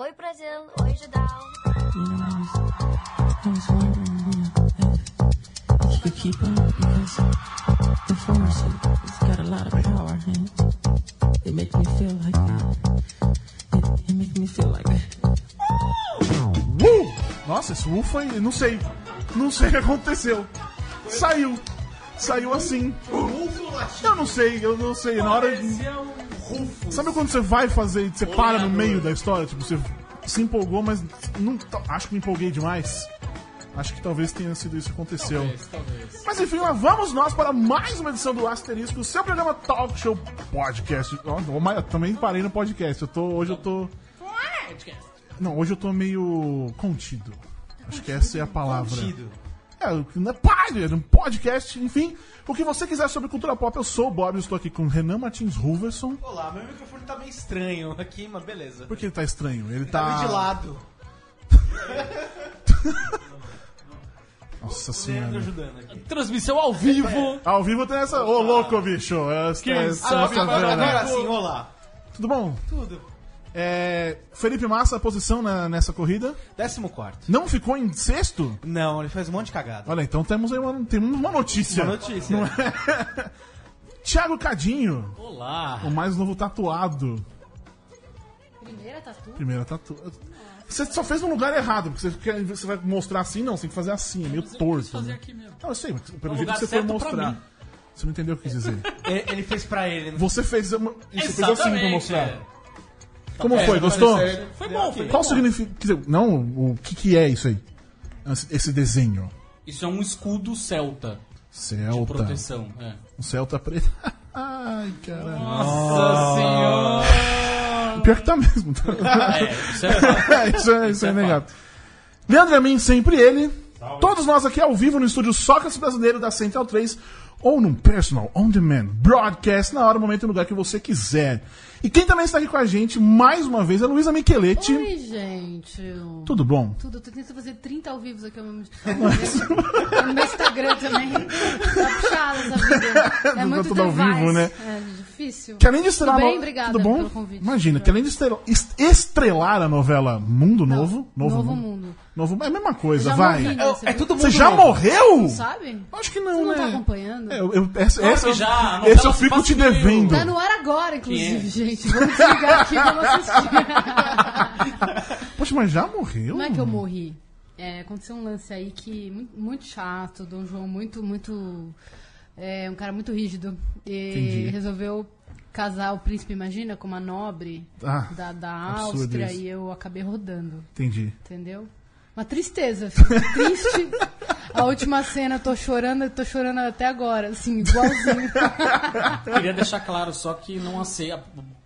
Oi, Brasil. Oi, Judal. You know, I was, I was wondering, you know, if, if you could keep up because the force it, it's got a lot of power and it makes me feel like it, it makes me feel like Uh! Nossa, esse uh foi. Não sei. Não sei o que aconteceu. Saiu. Saiu assim. Eu não sei, eu não sei. Na hora. de- Sabe quando você vai fazer e você para no meio da história? Tipo, você se empolgou, mas não, t- acho que me empolguei demais. Acho que talvez tenha sido isso que aconteceu. Mas enfim, lá vamos nós para mais uma edição do Asterisco, seu programa Talk Show Podcast. Ó, eu ma- eu também parei no podcast. Eu tô, hoje eu tô. Não, hoje eu tô meio contido. Acho que essa é a palavra. Contido. É, o que não é página, um podcast, enfim. O que você quiser sobre cultura pop, eu sou o Bob, eu estou aqui com Renan Martins Ruverson. Olá, meu microfone tá meio estranho aqui, mas beleza. Por que ele tá estranho? Ele Tá meio de tá. lado. Nossa Leandro senhora. ajudando aqui. Transmissão ao vivo. Ao vivo tem essa. Ô, louco, bicho! É, Essa, Que essa, Ah, essa agora- vela. Agora sim, olá. né? Tudo bom? Tá, né? Tudo. É, Felipe Massa, a posição na- nessa corrida. Décimo quarto. Não ficou em sexto? Não, ele fez um monte de cagada. Olha, então temos aí uma, temos uma notícia. É Uma notícia. Thiago Cadinho, Olá. o mais novo tatuado. Primeira tatu? Primeira tatuagem. Você só fez no lugar errado, porque você, quer- você vai mostrar assim, não, você tem que fazer assim, é meio Mas eu torto. quis fazer né? aqui mesmo. Não, eu sei, mas pelo É o jeito lugar que você foi certo pra mim. mostrar. Você não entendeu o que eu quis dizer. Ele, ele fez pra ele. não Você fez uma. Então, Você fez assim pra Exatamente, mostrar. é. Como foi? Gostou? Foi bom, foi Qual bom. significa. Quer dizer, não, o que, que é isso aí? Esse- Esse desenho. Isso é um escudo celta de Celta. proteção. é. Um Celta preto. Ai, caralho. Ah. Nossa senhora! Pior que tá mesmo. É, isso é- É, isso é, isso é negado. Leandro Amin, sempre ele. Todos nós aqui ao vivo no estúdio Sócrates Brasileiro da Central 3 ou num personal, on demand, broadcast, na hora, momento e lugar que você quiser. E quem também está aqui com a gente, mais uma vez, é Luísa Micheletti. Oi, gente. Tudo bom? Tudo, tô tentando fazer 30 ao vivo aqui ao mesmo tempo. No meu Instagram também. Tá puxada essa vida. É Não muito tá tudo ao device. vivo, né? É difícil. Que além de estrelar Tudo bem? no- Obrigada Tudo bom? pelo convite. Imagina, que além de estrel- est- estrelar a novela Mundo Novo. Novo Mundo. Novo é a mesma coisa, já vai. morri, né? É, é tudo mundo Você já novo. morreu? Sabe? Acho que não, Você não né? tá acompanhando? É, eu- eu- essa, essa- que já, tá a novela esse eu se fico passa te meio- devendo. Tá no ar agora, inclusive, Quem é? gente. Vamos desligar aqui e vamos assistir. Poxa, mas já morreu? Não é que eu morri. É, aconteceu um lance aí que mu- muito chato, Dom João muito, muito. É, um cara muito rígido. E Entendi. resolveu casar o príncipe, imagina, com uma nobre Ah, da, da absurdo Áustria isso. e eu acabei rodando, Entendi. entendeu? Uma tristeza, assim, fiquei triste. A última cena, eu tô chorando, eu tô chorando até agora, assim, igualzinho. Queria deixar claro só que não aceito.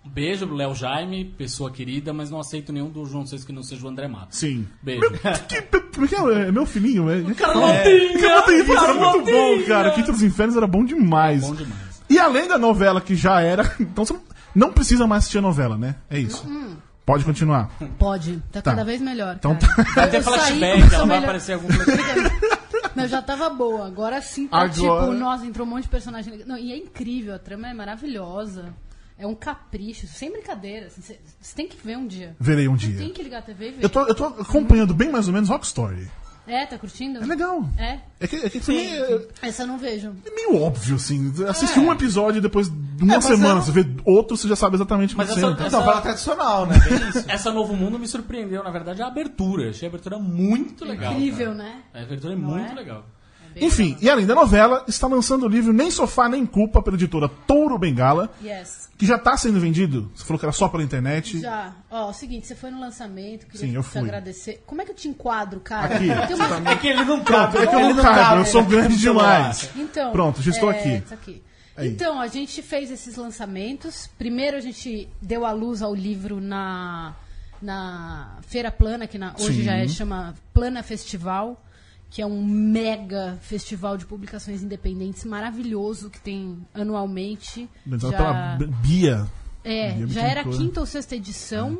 Beijo pro Léo Jaime, pessoa querida, mas não aceito nenhum do João Seis que não seja o André Matos. Sim. Beijo. Que- Como é que é? É meu filhinho, é. Carlotinha! Carlotinha, putz, era muito bom, cara. Quinto dos Infernos era bom demais. Bom demais. E além da novela que já era. Então você não precisa mais assistir a novela, né? É isso. Hum. Pode continuar. Pode, tá, Tá. cada vez melhor. Então cara. Vai ter Eu saí, flashback, sou ela vai melhor. aparecer em algum flashback. Não, já tava boa. Agora sim tá Agora- tipo, nossa, entrou um monte de personagem. legal. Não, e é incrível, a trama é maravilhosa. É um capricho, sem brincadeira. Você tem que ver um dia. Verei um Você dia. tem que ligar a TV e ver. Eu tô, eu tô acompanhando bem mais ou menos Rock Story. É, tá curtindo? É legal. É. É que, é que pra mim é, Essa eu não vejo. é meio óbvio, assim. Assistir É. um episódio e depois de uma mas semana, eu- você vê outro, você já sabe exatamente o que Mas essa- aconteceu. Não, novela tradicional, né? Bem isso. Essa Novo Mundo me surpreendeu, na verdade, a abertura. Achei a abertura muito legal. Incrível, cara. né? A abertura é muito é? legal. Enfim, e além da novela, está lançando o livro Nem Sofá Nem Culpa pela editora Touro Bengala, Yes. que já está sendo vendido. Você falou que era só pela internet. Já. Ó, é o seguinte, você foi no lançamento, queria Sim, eu te fui. agradecer. Como é que eu te enquadro, cara? Aqui, Tem tá uma- É que ele não tá Pronto, cabe. é que eu ele não caibo, eu cabe. sou grande demais. Então, Pronto, já estou é, aqui. isso Aí. Então, a gente fez esses lançamentos. Primeiro a gente deu à luz ao livro na, na Feira Plana, que na- hoje Sim. já é, chama Plana Festival, que é um mega festival de publicações independentes maravilhoso que tem anualmente. Pensava Já- pela B- Bia. é, Bia já era a Bittencourt. quinta ou sexta edição.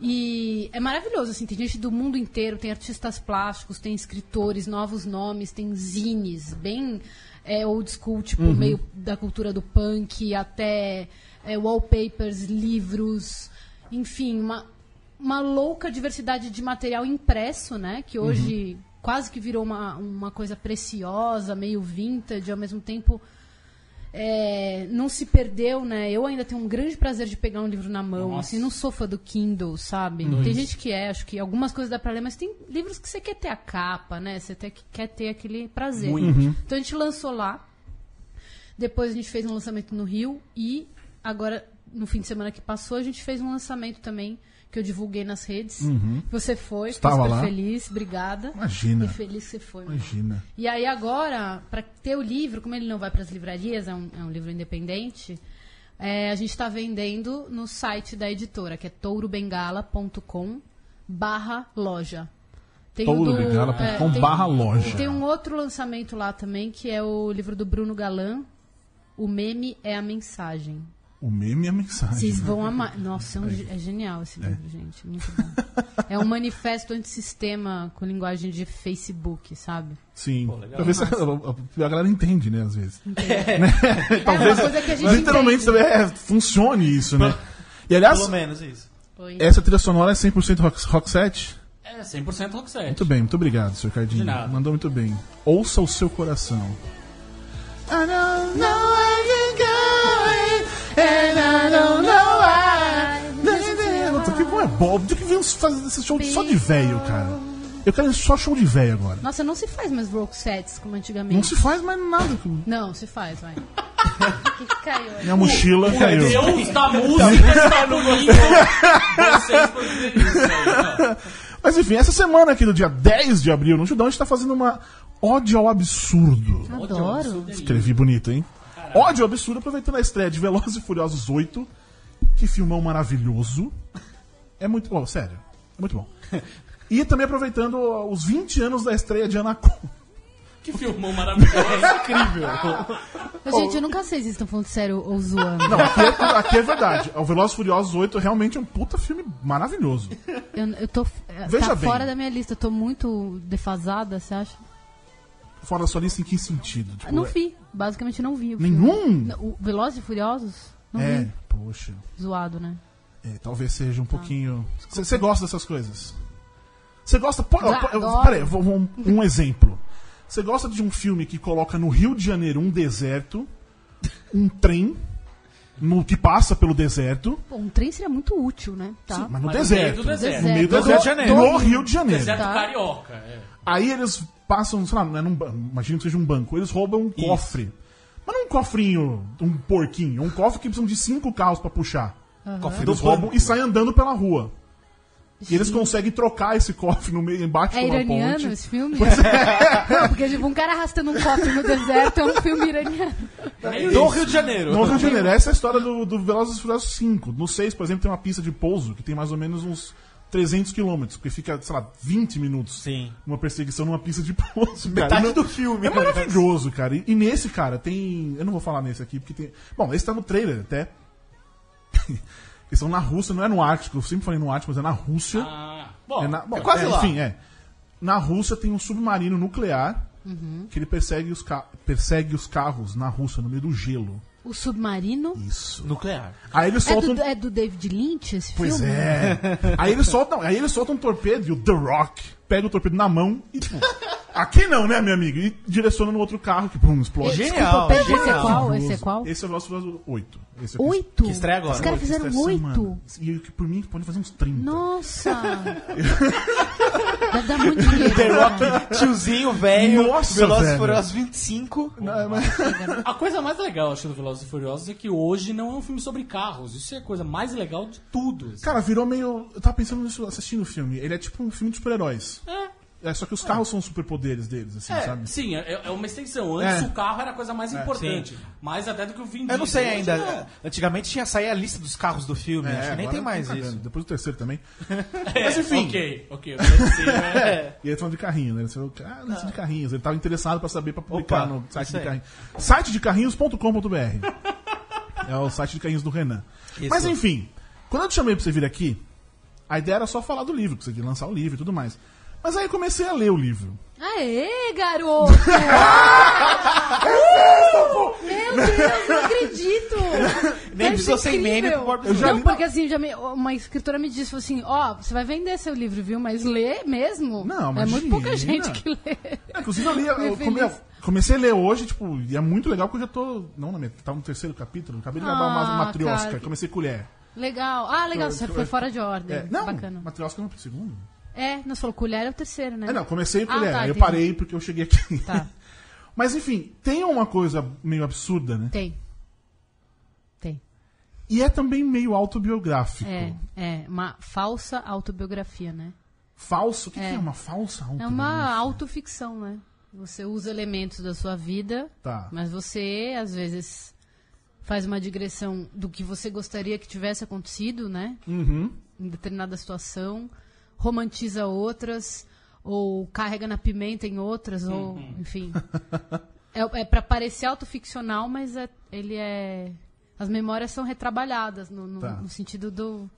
E é maravilhoso, assim, tem gente do mundo inteiro, tem artistas plásticos, tem escritores, novos nomes, tem zines, bem é, old school, tipo, meio da cultura do punk, até é, wallpapers, livros, enfim, uma, uma louca diversidade de material impresso, né? Que hoje quase que virou uma, uma coisa preciosa, meio vintage, ao mesmo tempo é, não se perdeu, né? Eu ainda tenho um grande prazer de pegar um livro na mão, Nossa. assim, não sou fã do Kindle, sabe? Tem gente que é, acho que algumas coisas dá pra ler, mas tem livros que você quer ter a capa, né? Você até que- quer ter aquele prazer. Muito. Uhum. Então a gente lançou lá. Depois a gente fez um lançamento no Rio e agora, no fim de semana que passou, a gente fez um lançamento também que eu divulguei nas redes. Você foi, Uhum. Estava fiquei super lá. feliz, obrigada. Imagina. E feliz que você foi. mano. Imagina. E aí agora, para ter o livro, como ele não vai para as livrarias, é um, é um livro independente, é, a gente está vendendo no site da editora, que é tourobengala.com barra loja. Tem o do- é, Tourobengala.com tem- barra loja. Tem um outro lançamento lá também, que é o livro do Bruno Galan, O Meme é a Mensagem. O meme é a mensagem. Vocês vão amar. Nossa, é, um ge- é genial esse livro, gente. Muito bom. É um manifesto antissistema com linguagem de Facebook, sabe? Sim. Talvez a, a- a galera entende, né, às vezes. Talvez, é uma coisa que a gente Literalmente, entende. é, funcione isso, né? E aliás, Pelo menos isso. Oi. essa trilha sonora é 100% rock, rock set? É 100% rock set. Muito bem, muito obrigado, Sr. Cardinho. De nada. Mandou muito bem. Ouça o seu coração. I don't know where you're going, É, and I don't know why. Puta, Que bom é bom. Por que vem uns fazer esse show só de velho, cara? Eu quero só show de velho agora. Nossa, não se faz mais rock sets como antigamente. Não se faz mais nada. com- Não, se faz, vai. O que, que caiu? aí? Minha mochila caiu. Deus da música está no nível. Vocês fazerem isso aí, ó. Mas enfim, essa semana aqui, no dia 10 de abril, no Judão, a gente tá fazendo uma ódio ao absurdo. Adoro. Escrevi bonito, hein? Ódio absurdo, aproveitando a estreia de Velozes e Furiosos 8. Que filmão maravilhoso. É muito bom, sério. É muito bom. E também aproveitando os 20 anos da estreia de Anaconda. Que filmão maravilhoso. Ah, Incrível. Mas, gente, eu nunca sei se vocês estão falando sério ou zoando. Não, aqui é, aqui é verdade. O Velozes e Furiosos 8 realmente é um puta filme maravilhoso. Eu, eu tô. é, Veja tá bem. fora da minha lista. Eu tô muito defasada, você acha? Fora da sua lista, em que sentido? Tipo, Não é- vi. Basicamente, não vi. o filme. Nenhum? O Velozes e Furiosos? Não É, vi. poxa. Zoado, né? É, talvez seja um pouquinho. Você gosta dessas coisas? Você gosta. Pô, Ah, pô, eu- adoro. peraí, vou- vou- um, um exemplo. Você gosta de um filme que coloca no Rio de Janeiro um deserto, um trem no- que passa pelo deserto, Pô, um trem seria muito útil, né? Tá. mas no Mas no deserto. meio do deserto. No meio do No deserto. Rio de Janeiro. No Rio de Janeiro. Deserto Tá. carioca. É. Aí eles passam, sei lá, não é num ba- imagino que seja um banco, eles roubam um cofre. Mas não um cofrinho, um porquinho, um cofre que precisam de cinco carros pra puxar. Cofre Eles do roubam banco. e saem andando pela rua. E eles conseguem trocar esse cofre no meio, embaixo É de uma iraniano ponte. esse filme? é. Não, porque tipo, um cara arrastando um cofre no deserto é um filme iraniano. É é Do Rio de Janeiro. No Rio de Janeiro, essa é a história do, do Velozes e Furiosos 5. No 6, por exemplo, tem uma pista de pouso que tem mais ou menos uns 300 quilômetros, porque fica, sei lá, 20 minutos Sim. uma perseguição numa pista de pouso. cara. Metade E no- do filme, É cara. maravilhoso, cara. E, e nesse, cara, tem... Eu não vou falar nesse aqui, porque tem... Bom, esse tá no trailer até. Eles são na Rússia, não é no Ártico. Eu sempre falei no Ártico, mas é na Rússia. Ah, bom, É na- bom, é quase é, lá. Enfim, é. Na Rússia tem um submarino nuclear Uhum. que ele persegue os, ca- persegue os carros na Rússia, no meio do gelo. O Submarino? Isso. Nuclear. Aí eles É soltam. do, é do David Lynch esse Pois filme? é. aí eles soltam. Aí eles soltam um torpedo e o The Rock pega o torpedo na mão e. tipo, Aqui não, né, meu amigo? E direciona no outro carro que pum, É, explode. Genial, pera, esse é genial. qual? Esse é qual? Esse é o nosso 8. Esse é o que- Oito? Que estreia agora. Os caras Esse fizeram é semana. oito? E o que por mim pode fazer uns 30. Nossa! Deve dar muito dinheiro. The cara. Rock, tiozinho, velho. é Nossa, Velozes velho. e Furiosos 25. a coisa mais legal, acho, do Velozes e Furiosos é que hoje não é um filme sobre carros. Isso é a coisa mais legal de tudo. assim. Cara, virou meio. Eu tava pensando nisso assistindo o filme. Ele é tipo um filme de super-heróis. É. só que os carros são os superpoderes deles, assim, É, sabe? sim, é, é uma extensão. Antes É. o carro era a coisa mais importante. Mais até do que o Vin Diesel. Eu não sei Hoje ainda. não. Antigamente tinha saído a lista dos carros do filme. acho que nem É, agora eu tem tô mais cagando. isso. Depois do terceiro também. É, Mas enfim. Ok, ok. o terceiro é- E ele falando de carrinho, né? Ele falou, ah, lista de carrinhos. Ele tava interessado pra saber pra publicar Opa, no site isso de aí. carrinhos. Site de carrinhos.com.br. é o site de carrinhos do Renan. Isso. Mas enfim, quando eu te chamei pra você vir aqui, a ideia era só falar do livro, que você ia lançar o livro e tudo mais. Mas aí eu comecei a ler o livro. Aê, garoto! Meu Deus, não acredito! Nem Deve precisou ser ser meme incrível. pro pobre Eu já Não, vi- porque assim, já me- uma escritora me disse, falou assim, ó, você vai vender seu livro, viu? Mas lê mesmo. Não, É imagina. muito pouca gente que lê. É, Inclusive eu li, eu Fui come- feliz. comecei a ler hoje, tipo, e é muito legal porque eu já tô. Não, na metade, tava no terceiro capítulo, acabei de gravar uma, uma Ah, triosca, cara. comecei colher. Legal. Ah, legal, você foi fora de ordem. É, não, Bacana. uma triosca não é pro segundo. É, nós falou, colher é o terceiro, né? É, não, comecei Ah, colher, tá, aí eu entendi. parei porque eu cheguei aqui. Tá. Mas enfim, tem uma coisa meio absurda, né? Tem. Tem. E é também meio autobiográfico. É, é, uma falsa autobiografia, né? Falso? O que que é. É. uma falsa É autobiografia? uma autoficção, né? Você usa elementos da sua vida, Tá. mas você, às vezes, faz uma digressão do que você gostaria que tivesse acontecido, né? Uhum. Em determinada situação, romantiza outras, ou carrega na pimenta em outras, ou, Uhum. enfim. É, é para parecer autoficcional, mas é- ele é. As memórias são retrabalhadas no, no- Tá. no sentido do,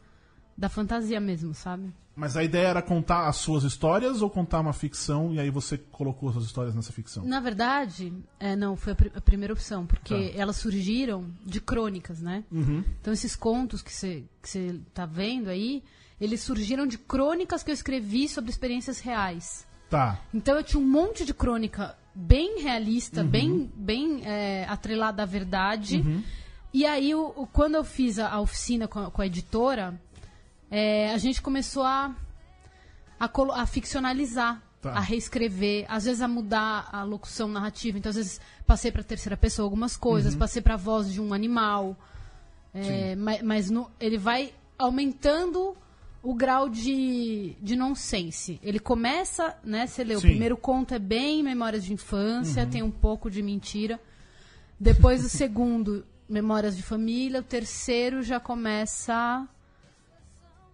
da fantasia mesmo, sabe? Mas a ideia era contar as suas histórias ou contar uma ficção e aí você colocou as suas histórias nessa ficção? Na verdade, é, não, foi a, pri- a primeira opção, porque elas surgiram de crônicas, né? Então esses contos que você que você tá vendo aí, eles surgiram de crônicas que eu escrevi sobre experiências reais. Tá. Então eu tinha um monte de crônica bem realista, bem, bem é, atrelada à verdade. E aí, o, o- quando eu fiz a, a oficina com a, com a editora, é, a gente começou a, a, colo- a ficcionalizar. Tá. A reescrever, às vezes a mudar a locução narrativa. Então, às vezes, passei para terceira pessoa algumas coisas, passei para a voz de um animal. É, ma- mas no- ele vai aumentando o grau de, de nonsense. Ele começa, né? Você lê o Sim. Uhum. primeiro conto, é bem Memórias de Infância, tem um pouco de mentira. Depois o segundo, Memórias de Família. O terceiro já começa.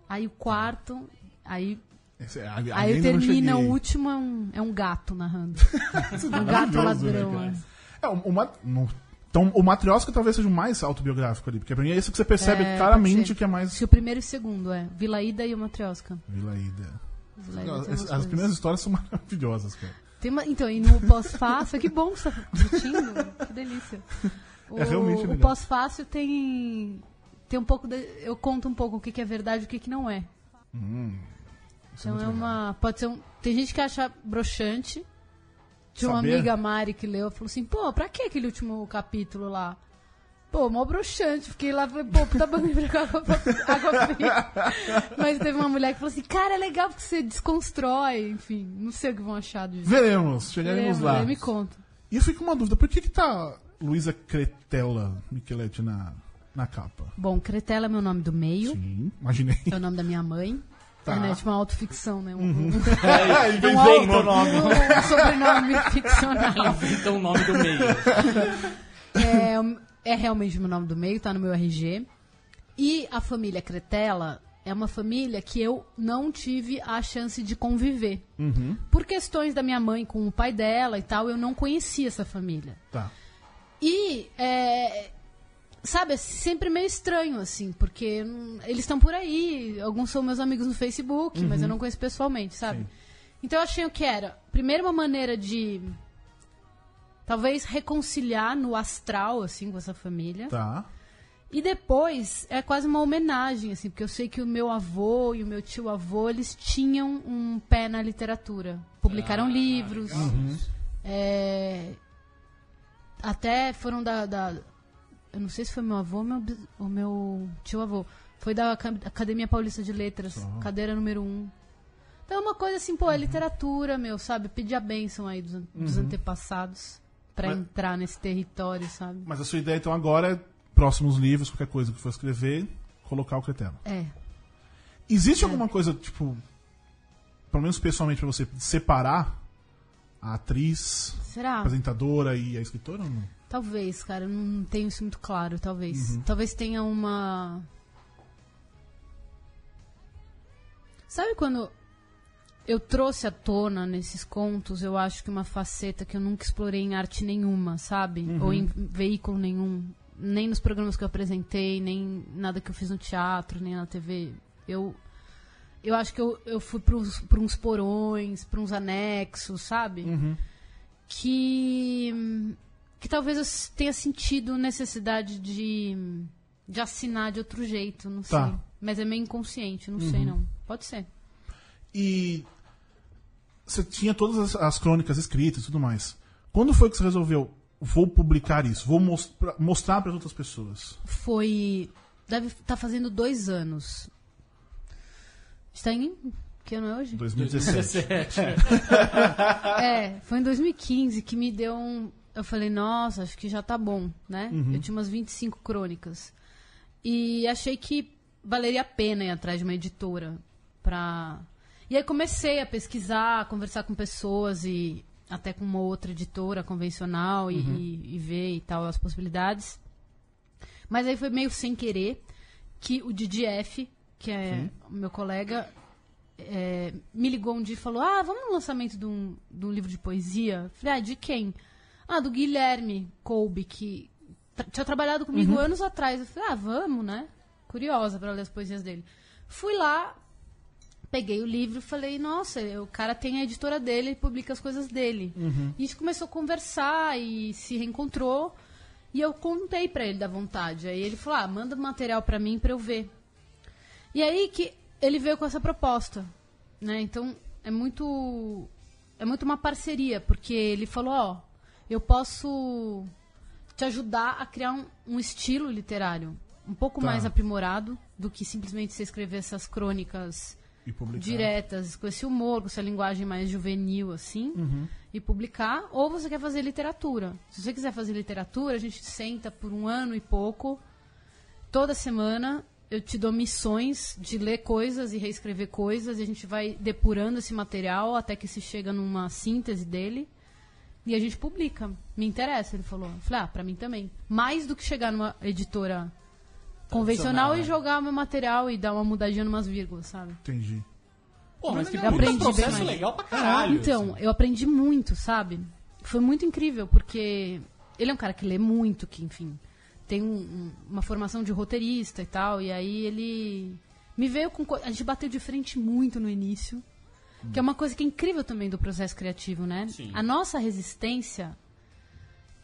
Aí o quarto. Aí, Esse- é, a- ainda aí não termina, o cheguei. último é um, é um gato narrando. um gato Maravilhoso, né, ladrão. cara? é. É, o, o mat- no- então o Matrioska talvez seja o mais autobiográfico ali, porque pra mim é isso que você percebe É, pode claramente ser. o que é mais. Se o primeiro e o segundo, é. Vilaída e o Matriosca. Vilaída. Vilaída Não, tem As, umas as coisas. primeiras histórias são maravilhosas, cara. Tem uma- então, e no pós-fácil, que bom que você tá curtindo, que delícia. O, É realmente o legal. pós-fácil tem tem um pouco de- eu conto um pouco o que, que é verdade e o que, que não é. Hum, então é, uma pode ser um, tem gente que acha broxante. Tinha uma Saber? amiga Mari que leu, falou assim: "Pô, pra que aquele último capítulo lá?" Pô, mó broxante, fiquei lá, falei, pô, puta banho pra cá, água, água fria. Mas teve uma mulher que falou assim, cara, é legal porque você desconstrói, enfim, não sei o que vão achar disso. Veremos, chegaremos Lembro, lá. eu é um Me conta. E eu fico com uma dúvida, por que que tá Luísa Cretella Micheletti na, na capa? Bom, Cretela é meu nome do meio, Sim, imaginei. é o nome da minha mãe. Tá. Uhum. Né, tipo uma autoficção, né? Um, um- Inventa o nome. um sobrenome ficcional. Então o nome do meio. É, um- é realmente meu nome do meio, tá no meu RG. E a família Cretela é uma família que eu não tive a chance de conviver. Uhum. Por questões da minha mãe com o pai dela e tal, eu não conhecia essa família. Tá. E, é, sabe, é sempre meio estranho, assim, porque hum, eles estão por aí. Alguns são meus amigos no Facebook, mas eu não conheço pessoalmente, sabe? Então eu achei o que era, primeiro, uma maneira de talvez reconciliar no astral, assim, com essa família. Tá. E depois é quase uma homenagem, assim, porque eu sei que o meu avô e o meu tio avô, eles tinham um pé na literatura. Publicaram livros. é, até foram da, da- Eu não sei se foi meu avô ou meu, bis- ou meu tio avô. Foi da Aca- Academia Paulista de Letras, cadeira número um. Então é uma coisa assim, pô, é literatura, meu, sabe? Pedir a bênção aí dos, an- dos antepassados pra Mas- entrar nesse território, sabe? Mas a sua ideia então agora é próximos livros, qualquer coisa que for escrever, colocar o Cretella. É. Existe alguma coisa, tipo, pelo menos pessoalmente pra você, de separar a atriz, a Será? apresentadora e a escritora ou não? Talvez, cara, eu não tenho isso muito claro, talvez. Talvez tenha uma. Sabe quando eu trouxe à tona nesses contos, eu acho que uma faceta que eu nunca explorei em arte nenhuma, sabe? Ou em veículo nenhum. Nem nos programas que eu apresentei, nem nada que eu fiz no teatro, nem na TV. Eu Eu acho que eu, eu fui para uns porões, para uns anexos, sabe? Que, que talvez eu tenha sentido necessidade de, de assinar de outro jeito, não Tá. sei. Mas é meio inconsciente, não sei não. Pode ser. E você tinha todas as, as crônicas escritas e tudo mais. Quando foi que você resolveu? Vou publicar isso, vou mos- pra- mostrar para outras pessoas. Foi. Deve estar fazendo dois anos. Está em. Que ano é hoje? 2017. É, foi em 2015 que me deu um. Eu falei, nossa, acho que já tá bom, né? Eu tinha umas 25 crônicas. E achei que valeria a pena ir atrás de uma editora pra. E aí comecei a pesquisar, a conversar com pessoas e até com uma outra editora convencional e, e- e ver e tal as possibilidades. Mas aí foi meio sem querer que o Didi F, que é o meu colega, é, me ligou um dia e falou: Ah, vamos no lançamento de um, de um livro de poesia? Falei, ah, de quem? Ah, do Guilherme Kolbe, que tra- tinha trabalhado comigo anos atrás. Eu falei, ah, vamos, né? Curiosa pra ler as poesias dele. Fui lá, peguei o livro e falei, nossa, o cara tem a editora dele e publica as coisas dele. E a gente começou a conversar e se reencontrou. E eu contei pra ele da vontade. Aí ele falou, ah, manda o material pra mim pra eu ver. E aí que ele veio com essa proposta, né? Então é muito é muito uma parceria, porque ele falou, ó, eu posso te ajudar a criar um, um estilo literário um pouco Tá. mais aprimorado do que simplesmente você escrever essas crônicas E publicar. diretas, com esse humor, com essa linguagem mais juvenil, assim, Uhum. e publicar, ou você quer fazer literatura. Se você quiser fazer literatura, a gente senta por um ano e pouco, toda semana eu te dou missões de ler coisas e reescrever coisas, e a gente vai depurando esse material até que se chega numa síntese dele. E a gente publica. Me interessa, ele falou. Eu falei, ah, pra mim também. Mais do que chegar numa editora convencional e né? jogar meu material e dar uma mudadinha numas vírgulas, sabe? Entendi. Pô, mas que Eu puta aprendi processo demais. legal pra caralho. Então, eu aprendi muito, sabe? Foi muito incrível, porque ele é um cara que lê muito, que, enfim, tem um- um- uma formação de roteirista e tal, e aí ele me veio com. co- A gente bateu de frente muito no início, que é uma coisa que é incrível também do processo criativo, né? Sim. A nossa resistência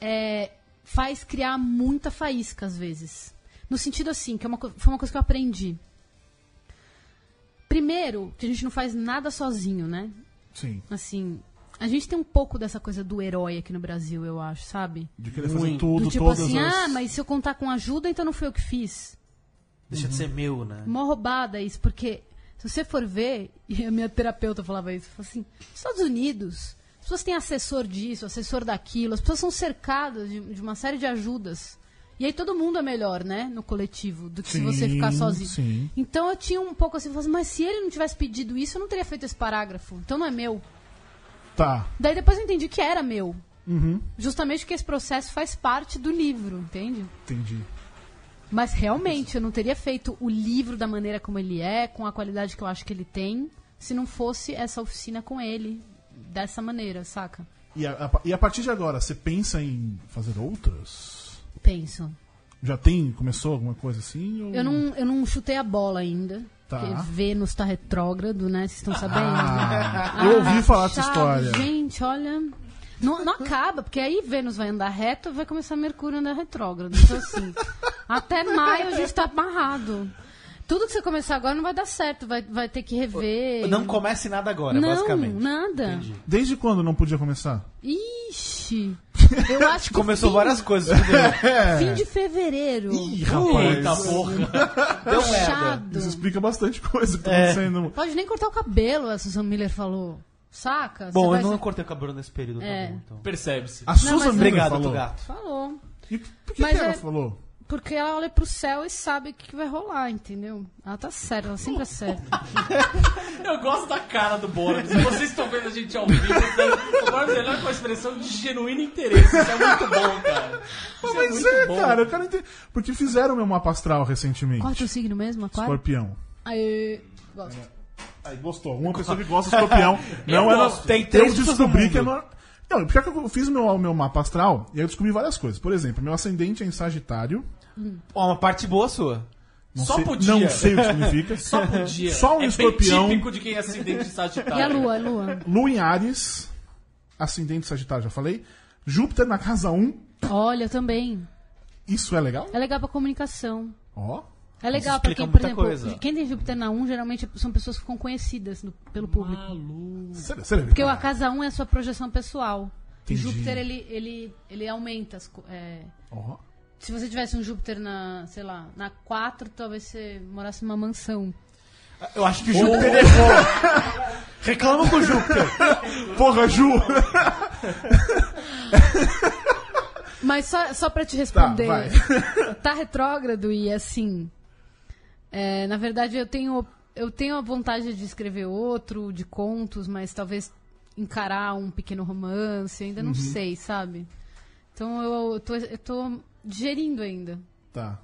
é, faz criar muita faísca às vezes. No sentido assim, que é uma, co- foi uma coisa que eu aprendi. Primeiro, que a gente não faz nada sozinho, né? Sim. assim, a gente tem um pouco dessa coisa do herói aqui no Brasil, eu acho, sabe? De querer Ruim. fazer tudo, do tipo todas assim, as. ah, mas se eu contar com ajuda, então não foi eu que fiz. Deixa de ser meu, né? Mó roubada isso, porque se você for ver, e a minha terapeuta falava isso, falou assim, nos Estados Unidos, as pessoas têm assessor disso, assessor daquilo, as pessoas são cercadas de, de uma série de ajudas. E aí todo mundo é melhor, né, no coletivo, do que se Sim, você ficar sozinho. sim. Então eu tinha um pouco assim, eu falava assim, mas se ele não tivesse pedido isso, eu não teria feito esse parágrafo. Então não é meu. Tá. Daí depois eu entendi que era meu. Justamente porque esse processo faz parte do livro, entende? Entendi. Mas realmente, eu não teria feito o livro da maneira como ele é, com a qualidade que eu acho que ele tem, se não fosse essa oficina com ele, dessa maneira, saca? E a, a- e a partir de agora, você pensa em fazer outras? Penso. Já tem? Começou alguma coisa assim? ou- Eu não, eu não chutei a bola ainda. Tá. Porque Vênus tá retrógrado, né? Vocês estão sabendo? Ah, eu ouvi falar dessa chato, história. Gente, olha. Não, não acaba, porque aí Vênus vai andar reto e vai começar Mercúrio a andar retrógrado. Então, assim, até maio a gente tá amarrado. Tudo que você começar agora não vai dar certo, vai, vai ter que rever. Não comece nada agora, não basicamente. nada. Desde quando não podia começar? Ixi. Eu acho que. Começou fim, várias É. coisas. tudo bem. Fim de fevereiro. Ih, Eita rapaz. porra. Deu merda. Puxado. Isso explica bastante coisa que tá acontecendo. Pode nem cortar o cabelo, a Susan Miller falou. Saca? Você Bom, vai- eu não cortei o cabelo nesse período, É. tá bom, então. Percebe-se. A Susan mas- Miller Obrigado, falou. do gato. Falou. E por que, Mas que ela é- falou? Porque ela olha pro céu e sabe o que, que vai rolar, entendeu? Ela tá certa, ela sempre é certa. Eu gosto da cara do Boris. Se vocês estão vendo a gente ao vivo, então, o Boris ele olha com a expressão de genuíno interesse. Isso é muito bom, cara. Isso é Mas muito é, bom. cara, eu quero entender. Porque fizeram meu mapa astral recentemente. Corta o signo mesmo, aquário? Escorpião. Aê, gosto. Aí gostou. Uma pessoa que gosta de escorpião. não era. gosto. Tem três eu pessoas no descobri mundo. que é normal. Não, porque eu fiz meu, meu mapa astral e aí eu descobri várias coisas. Por exemplo, meu ascendente é em Sagitário. Ó, uma parte boa sua. Não Só sei, podia. Não sei o que significa. Só podia. Só um é bem escorpião. típico de quem é acidente de Sagitário. E a lua, a lua. Lua em Ares, ascendente Sagitário, já falei. Júpiter na casa 1, Olha, também. isso é legal? É legal pra comunicação. Ó. É legal explica porque, por muita exemplo, coisa. quem tem Júpiter na 1 geralmente são pessoas que ficam conhecidas no- pelo público. Sério, sério. Porque a casa 1 é a sua projeção pessoal. E Entendi. Júpiter, ele, ele, ele aumenta as co- é, Ó. Se você tivesse um Júpiter na, sei lá, na 4, talvez você morasse numa mansão. Eu acho que o Júpiter é errou. Reclama com o Júpiter. Porra, Ju! Mas só, só para te Tá, responder, vai. tá retrógrado e assim. é, na verdade, eu tenho, eu tenho a vontade de escrever outro, de contos, mas talvez encarar um pequeno romance, ainda Uhum. não sei, sabe? Então eu, eu, tô, eu tô digerindo ainda. Tá.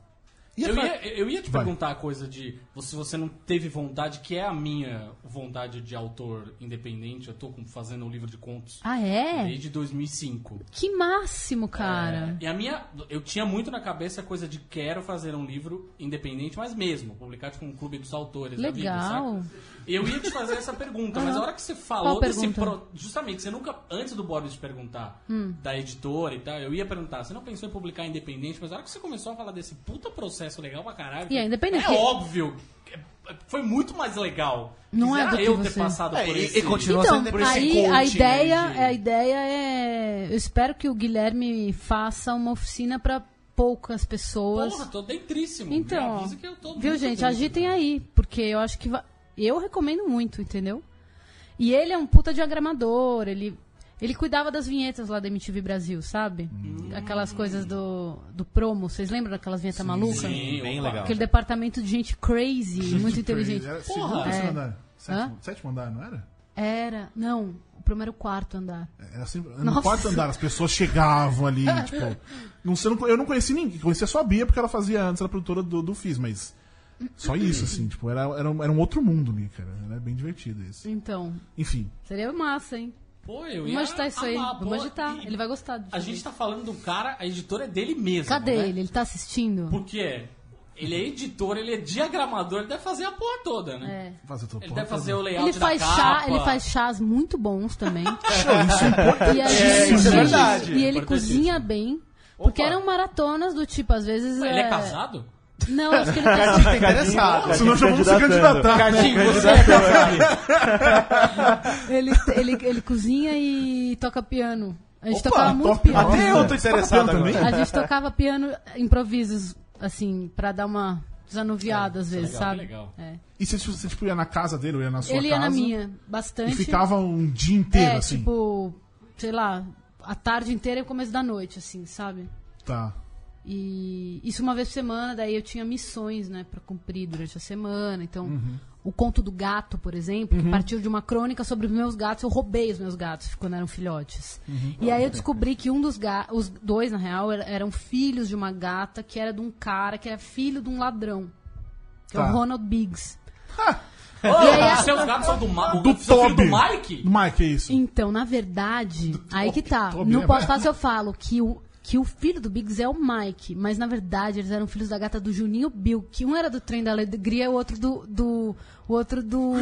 Eu ia, eu ia te Vai. perguntar a coisa de se você não teve vontade, que é a minha vontade de autor independente. Eu tô com- fazendo um livro de contos Ah, é? desde 2005. Que máximo, É. cara. E a minha. Eu tinha muito na cabeça a coisa de quero fazer um livro independente, mas mesmo, publicar tipo um clube dos autores da Legal. vida. saca? Eu ia te fazer essa pergunta, mas a hora que você falou Qual desse pergunta? Hum. pro- Justamente, você nunca. Antes do Boris te perguntar da editora e tal, eu ia perguntar, você não pensou em publicar independente, mas a hora que você começou a falar desse puta processo legal pra caralho. E é independente. É óbvio. que Foi muito mais legal. Não Quisera é do que eu ter você- passado É, por e- esse... e continua- Nossa, Então, ainda por esse aí a coaching, ideia, né, de- é- a ideia é. Eu espero que o Guilherme faça uma oficina pra poucas pessoas. Porra, tô dentríssimo. Me então, avisa que eu tô viu, muito gente? dentro. Agitem aí, porque eu acho que. va- Eu recomendo muito, entendeu? E ele é um puta diagramador, ele. Ele cuidava das vinhetas lá da MTV Brasil, sabe? Aquelas coisas do, do promo. Vocês lembram daquelas vinhetas malucas? Hum. Sim, Bem opa. legal. Aquele departamento de gente crazy, muito inteligente. Era Porra, segundo ou terceiro é. andar? Sétimo, Hã? sétimo andar, não era? É, Era. Não, o primeiro era o quarto andar. Era sempre, no Nossa. quarto andar, as pessoas chegavam ali, tipo. Não, sei, eu não- eu não conheci ninguém, conhecia só a Bia porque ela fazia antes, era produtora do, do Fiz, mas. Só isso, assim, tipo, era, era, um, era um outro mundo ali, cara. Era bem divertido isso. Então, Enfim. seria massa, hein? Pô, eu ia Vamos agitar isso aí. amar, pô. Vamos agitar. E Ele vai gostar. disso A aí. gente tá falando do cara, a editora é dele mesmo. Cadê né? ele? Ele tá assistindo? Porque ele é editor, ele é diagramador, ele deve fazer a porra toda, né? É. Fazer tua Ele porra deve fazer o toda. layout Ele faz da chá, capa. ele faz chás muito bons também. Isso é importante. e a É, gente- isso é verdade. E ele Importantíssimo. cozinha bem. Porque Opa. eram maratonas do tipo, às vezes. Ele é casado? Não, acho que ele tá. Tá interessado. Senão já vamos se candidatar. né? Cardinho, você é casado. ele, ele, ele cozinha e toca piano. A gente Opa, tocava muito toca- piano. Até eu tô Tá interessado campeão agora. também? A gente tocava piano improvisos, assim, pra dar uma desanuviada às vezes, é legal, sabe? que legal. É. E se você tipo, ia na casa dele ou ia na sua Ele ia casa? na minha, E bastante. ficava um dia inteiro, é, assim. tipo, sei lá, a tarde inteira e o começo da noite, assim, sabe? Tá. E isso uma vez por semana, daí eu tinha missões, né, pra cumprir durante a semana. Então, Uhum. o conto do gato, por exemplo, que partiu de uma crônica sobre os meus gatos, eu roubei os meus gatos quando eram filhotes. Uhum. E aí eu descobri que um dos gatos, os dois, na real, era- eram filhos de uma gata que era de um cara que era filho de um ladrão. Que é Tá. o Ronald Biggs. Ô, é um os seus gatos são do, Ma é, Do o seu Ah, filho Toby. do Mike? Mike, é isso. Então, na verdade, aí que tá. tô Não bem, posso mas- falar se eu falo que o, que o filho do Biggs é o Mike, mas na verdade eles eram filhos da gata do Juninho Bill, que um era do trem da alegria e o outro do. do o outro do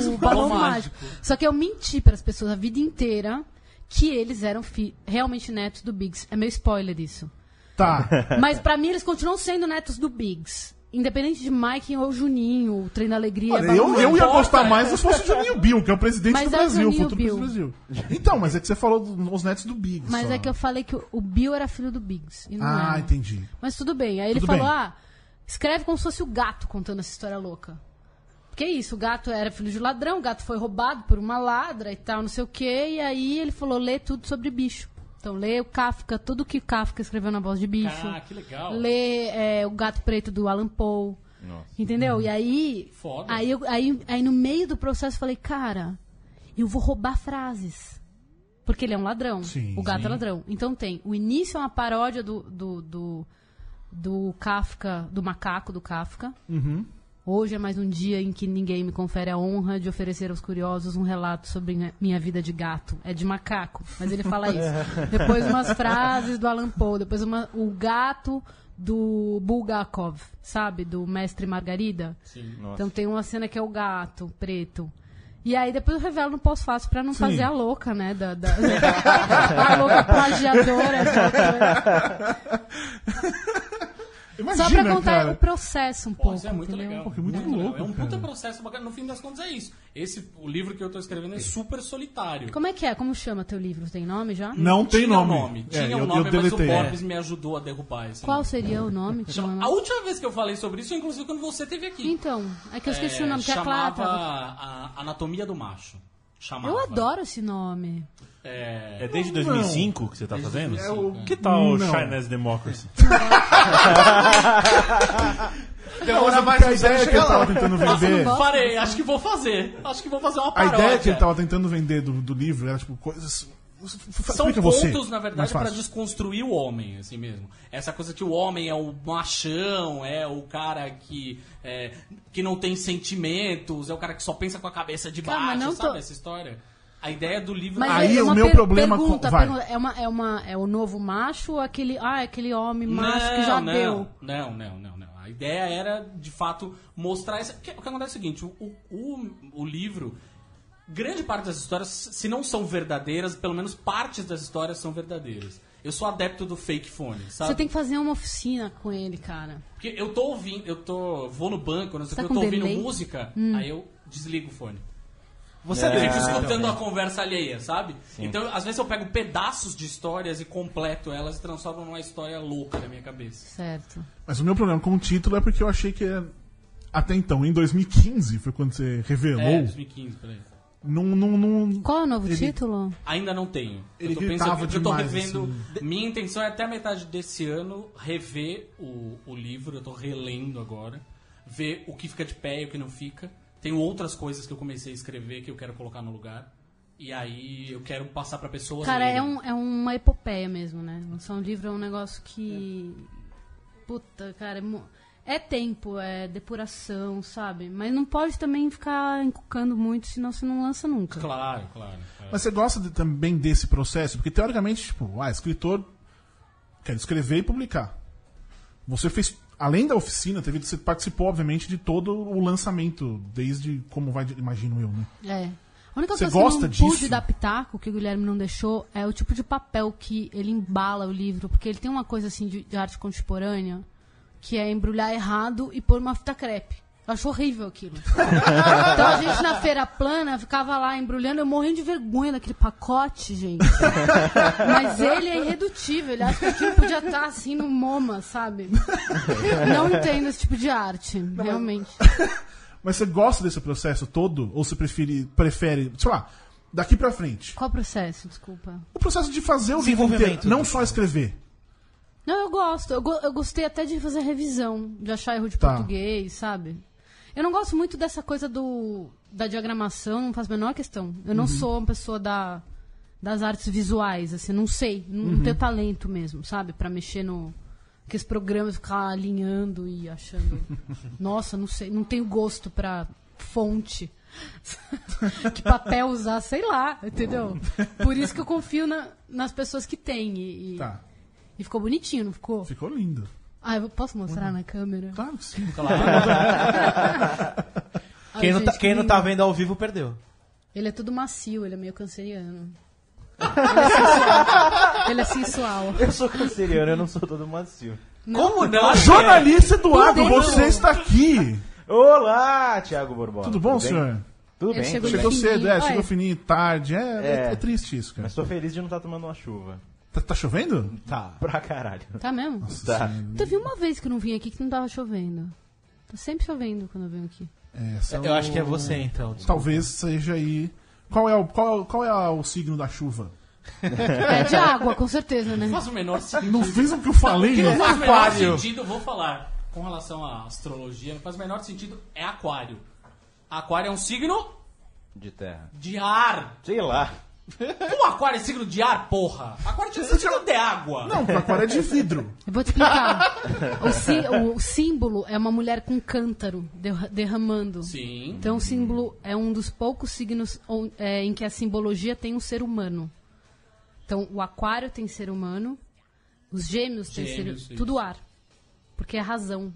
Balão balão mágico. Só que eu menti para as pessoas a vida inteira que eles eram fi- realmente netos do Biggs. É meu spoiler isso. Tá. Mas pra mim eles continuam sendo netos do Biggs. Independente de Mike ou Juninho, o trem da alegria. Olha, eu, Balão eu ia importa. gostar mais se fosse o Juninho Bill, que é o presidente Mas do é o Brasil, o Juninho futuro presidente do Brasil. Então, mas é que você falou do- os netos do Big. Mas só. é que eu né? falei que o- o Bill era filho do Biggs. E não Ah, era. entendi. Mas tudo bem. Aí ele Tudo falou: bem. ah, escreve como se fosse o gato contando essa história louca. Porque é isso, o gato era filho de um ladrão, o gato foi roubado por uma ladra e tal, não sei o quê. E aí ele falou: lê tudo sobre bicho. Então lê o Kafka, tudo que Kafka escreveu na voz de bicho. Ah, que legal. Lê é, o Gato Preto do Alan Poe. Entendeu? E aí. Foda. Aí, eu- aí, aí no meio do processo eu falei, cara, eu vou roubar frases. Porque ele é um ladrão. Sim. o gato é ladrão. Então tem. O início é uma paródia do. do, do do Kafka, do macaco do Kafka. Hoje é mais um dia em que ninguém me confere a honra de oferecer aos curiosos um relato sobre minha- minha vida de gato. É de macaco, mas ele fala isso. depois umas frases do Alan Poe, depois uma- o gato do Bulgakov, sabe? Do Mestre e Margarida. Sim. Então tem uma cena que é o gato preto. E aí depois eu revelo no pós-fácil pra não fazer a louca, né? Da, da- a louca plagiadora. essa coisa. Só pra contar o processo um Pô, pouco. isso é muito entendeu? legal. Pô, que muito louco, legal. É um puta cara. processo bacana. No fim das contas é isso. Esse, o livro que eu tô escrevendo é super solitário. Como é que é? Como chama teu livro? Tem nome já? Não tem Tinha um nome. nome. Tinha É, um eu- nome, eu mas o deletei. Borbs me ajudou a derrubar esse Qual nome. seria o nome? que Chama- chama? A última vez que eu falei sobre isso, inclusive quando você esteve aqui. Então, é que eu esqueci É, o nome, que a Clara chamava tava... a Anatomia do Macho. Chamava. Eu adoro esse nome. É, É desde 2005 que você tá fazendo? É o- Que tal o Não. Chinese Democracy? Demora mais a ideia que ele tava tentando vender. gosta? Parei, acho que vou fazer. Acho que vou fazer uma É A paródia. ideia é que ele tá tava tentando vender do, do livro era tipo coisas. São Explica você. pontos, na mais verdade, fácil. para desconstruir o homem, assim mesmo. Essa coisa que o homem é o machão, é o cara que, é, que não tem sentimentos, é o cara que só pensa com a cabeça de Cara, mas baixo, não sabe? tô- Essa história. A ideia do livro... Mas Aí é o uma meu per- problema com- pergunta, vai. pergunta, é, uma, é, uma, é o novo macho ou aquele, ah, é aquele homem macho não, que já não, deu? Não, não, não, não. A ideia era, de fato, mostrar... Essa... porque O que acontece é o seguinte, o, o, o- o livro... Grande parte das histórias, se não são verdadeiras, pelo menos partes das histórias são verdadeiras. Eu sou adepto do fake phone, sabe? Você tem que fazer uma oficina com ele, cara. Porque eu tô ouvindo, eu tô. vou no banco, não sei o Tá que, eu com tô ouvindo delay? Hum. música, aí eu desligo o fone. Você então. Eu fico escutando a conversa alheia, sabe? Então, às vezes eu pego pedaços de histórias e completo elas e transformo numa história louca na minha cabeça. Certo. Mas o meu problema com o título é porque eu achei que é- até então, em 2015, foi quando você revelou. É, 2015, peraí. Não, não, não- Qual é o novo Ele- título? Ainda não tenho. Ele eu tô gritava pensando porque eu tô demais, revendo. Minha intenção é até a metade desse ano rever o, o livro, eu tô relendo agora, ver o que fica de pé e o que não fica. Tenho outras coisas que eu comecei a escrever que eu quero colocar no lugar. E aí eu quero passar pra pessoas. Cara, é, lerem. um, é uma epopeia mesmo, né? Lançar um livro é um negócio que. Puta, cara. É, mu- é tempo, é depuração, sabe? Mas não pode também ficar encucando muito, senão você não lança nunca. Claro, claro. claro. Mas você gosta de- também desse processo? Porque teoricamente, tipo, ah, escritor quer escrever e publicar. Você fez, além da oficina, teve, você participou, obviamente, de todo o lançamento, desde como vai, de- imagino eu, né? É. A única Você coisa que eu gosta não disso? pude dar pitaco, que o Guilherme não deixou, é o tipo de papel que ele embala o livro. Porque ele tem uma coisa assim de, de arte contemporânea, que é embrulhar errado e pôr uma fita crepe. Eu acho horrível aquilo. então a gente na feira plana ficava lá embrulhando, eu morrendo de vergonha daquele pacote, gente. Mas ele é irredutível, ele acha que aquilo podia estar assim no MoMA, sabe? Não entendo esse tipo de arte, realmente. Mas você gosta desse processo todo? Ou você prefere, prefere sei lá, daqui pra frente? Qual o processo, desculpa? O processo de fazer o livro Desenvolvimento. inteiro, não só escrever. Não, eu gosto. Eu, go- eu gostei até de fazer revisão, de achar erro de Tá. português, sabe? Eu não gosto muito dessa coisa do da diagramação, não faço a menor questão. Eu não Uhum. sou uma pessoa da, das artes visuais, assim, não sei, não, Uhum. não tenho talento mesmo, sabe? Pra mexer no que esses programas ficar alinhando e achando, nossa, não sei, não tenho gosto pra fonte. que papel usar, sei lá, entendeu? Por isso que eu confio na- nas pessoas que têm e, e- Tá. e ficou bonitinho, não ficou? Ficou lindo. Ah, eu posso mostrar Uhum. na câmera? Claro que sim. Ai, Quem, não tá, Ah, gente, quem que não tá lindo. vendo ao vivo perdeu. Ele é todo macio, ele é meio canceriano. ele é sensual. Ele é sensual. Eu sou canceriano, eu não sou todo macio. Como não? Jornalista Eduardo, Tudo bem, você tudo. está aqui! Olá, Thiago Borbola. Tudo bom, bem? senhor? Tudo Ele bem. chegou tudo Chegou bem. Fininho, cedo, é, olha. chegou fininho, tarde. É, é. É. é triste isso, cara. Mas tô feliz de não estar tomando uma chuva. Tá, tá chovendo? Tá. Pra caralho. Tá mesmo? Tá. Teve uma vez que eu não vim aqui que não tava chovendo. Tá sempre chovendo quando eu venho aqui. É, são- Eu acho que é você então. Talvez seja aí. Qual é o, qual, é o- qual é o signo da chuva? É de água, com certeza, né? Não faz o menor sentido. Não fez o que eu falei, Não né? faz o menor Aquário. sentido, eu vou falar. Com relação à astrologia, não faz o menor sentido. É aquário. Aquário é um signo De terra. de ar. Sei lá. Como aquário é signo de ar, porra? Aquário tinha que ser signo de água. Não, pra fora é de vidro. Eu vou te explicar. O, sí- o símbolo é uma mulher com cântaro derra- derramando. Sim. Então, o símbolo é um dos poucos signos on- é, em que a simbologia tem um ser humano. Então, o aquário tem ser humano, os gêmeos têm Gêmeos, ser isso. tudo ar. porque é razão.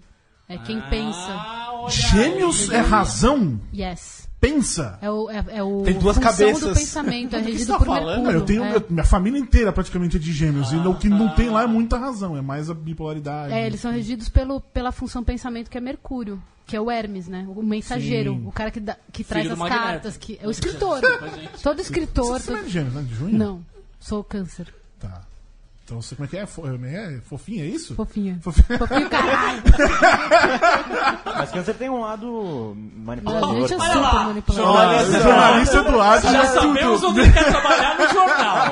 É quem Ah, pensa. olha Gêmeos é razão? Yes. Pensa? É o, é, é o Tem duas função cabeças. do pensamento, é que regido você tá por falando? Mercúrio. Cara, eu tenho, é. eu- minha família inteira praticamente é de gêmeos. e o que não tem lá é muita razão, é mais a bipolaridade. É, eles são regidos pelo, pela função pensamento que é Mercúrio, que é o Hermes, né? O mensageiro, Sim. o cara que, dá- que traz do as Magneto. cartas, que é o escritor. Desculpa, gente. todo Você, escritor. você não é todo- de gêmeos, né? De junho? Não, sou câncer. Tá. Então você como é que é? Fo- é fofinho, é isso? Fofinha. Fofinho. Fofinho, caralho. Mas câncer tem um A lado manipulador. gente é super manipulador. Olha O é jornalista Eduardo Já já sabemos onde ele quer trabalhar no jornal.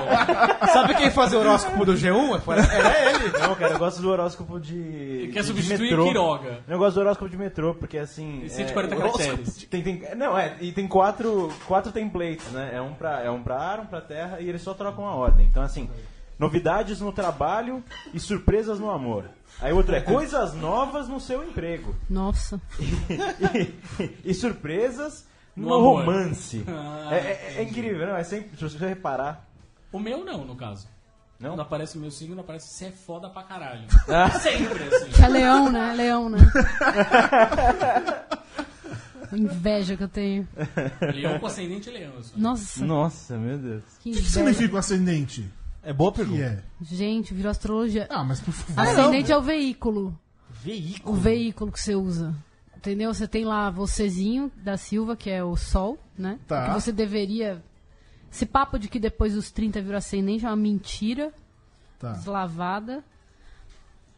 Sabe quem fazia o horóscopo do É, G1? Era ele. É Não, cara, eu gosto do horóscopo de. quer de substituir metrô. Quiroga. Eu gosto do horóscopo de metrô, porque assim. E 140 o horóscopo caracteres. de- Tem, tem, não, é, e tem quatro, quatro templates, né? É um, pra, é um pra ar, um pra terra, e eles só trocam a ordem. Então, assim, novidades no trabalho e surpresas no amor. Aí o outro é coisas novas no seu emprego. Nossa. e, e surpresas no, No amor. romance. Ah, é, é- é incrível, não? É sempre, se você reparar. O meu não, no caso. Não? Quando aparece o meu signo, aparece você é foda pra caralho. Ah. Sempre, assim. É leão, né? É leão, né? A inveja que eu tenho. Leão com ascendente leão. assim. eu sou. Nossa, Nossa, meu Deus. que O que, que inveja. significa o ascendente? É boa pergunta. Que é? Gente, virou astrologia. Ah, mas por favor. Ascendente é o veículo. o Veículo. veículo que você usa. Entendeu? Você tem lá vocêzinho da Silva, que é o Sol, né? Tá. Que você deveria. Esse papo de que depois dos 30 virou ascendente é uma mentira Tá. deslavada.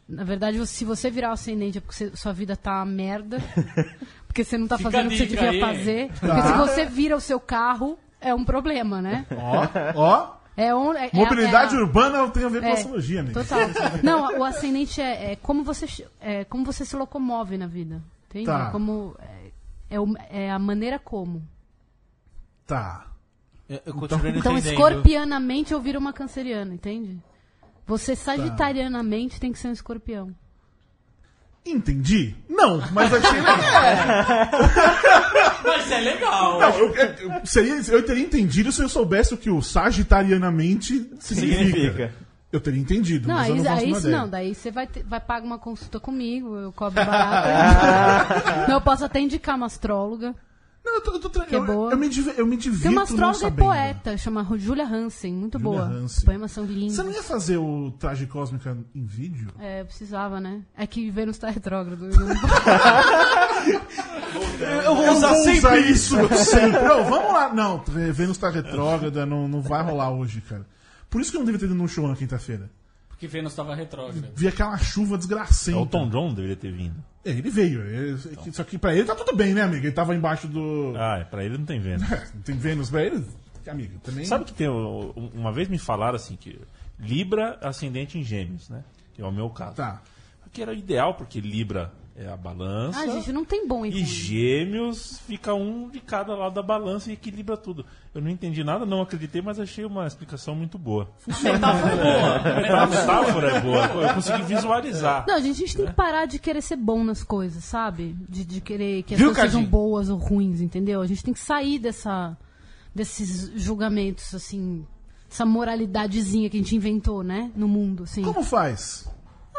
Na verdade, você- se você virar o ascendente é porque você- sua vida tá uma merda. Porque você não tá Fica fazendo a o que você dica devia aí, fazer. hein? Porque se você vira o seu carro, é um problema, né? Ó, ó. É on, é- é- Mobilidade é a- urbana tem a ver com É, astrologia, amigo. Total. Não, o ascendente é, é como você é como você se locomove na vida. Entende? Tá. É Como é, é o- é a maneira como. Tá. Eu, eu continuo não Então, entendendo. escorpianamente eu viro uma canceriana, entende? Você sagitarianamente tem que ser um escorpião. Entendi? Não, mas achei legal. Mas é legal. Não, eu, eu- eu seria, eu teria entendido se eu soubesse o que o sagitarianamente significa. Significa. Eu teria entendido, Não, mas eu aí, não faço aí uma isso ideia. não, daí você vai, ter- vai pagar uma consulta comigo, eu cobro Ah. barato. não, eu posso até indicar uma astróloga. Não, eu, tô, eu, tô tra- Que é eu, boa. eu me, div- eu me divirto Tem uma não astróloga e sabendo. poeta, chama Julia Hansen, muito Julia boa. Hansen. Os poemas são lindos. Você não ia fazer o traje cósmica em vídeo? É, eu precisava, né? É que Vênus tá retrógrado. eu não- Eu vou usar vou Tá sempre usar isso sempre. Não, vamos lá. Não, Vênus tá retrógrada, não, não vai rolar hoje, cara. Por isso que eu não devia ter ido num show na quinta-feira. Porque Vênus tava retrógrada. Vi aquela chuva desgracenta. É O Tom John deveria ter vindo. É, ele veio. ele- Só que pra ele tá tudo bem, né, amigo? Ele tava embaixo do. Ah, pra ele não tem venda. É, não tem Vênus pra ele? Amigo, também. Sabe que tem. o- o- Uma vez me falaram assim que Libra ascendente em gêmeos, né? Que é o meu caso. Tá. Que era o ideal, porque Libra é a balança. Ah, gente, não tem bom E encontro. gêmeos fica um de cada lado da balança e equilibra tudo. Eu não entendi nada, não acreditei, mas achei uma explicação muito boa. Metáfora é boa. A metáfora é boa, eu consegui visualizar. Não, gente, a gente tem que parar de querer ser bom nas coisas, sabe? De, de querer que as Viu, coisas sejam Cadinho? boas ou ruins, entendeu? A gente tem que sair dessa, desses julgamentos, assim, essa moralidadezinha que a gente inventou, né? No mundo, assim. Como faz?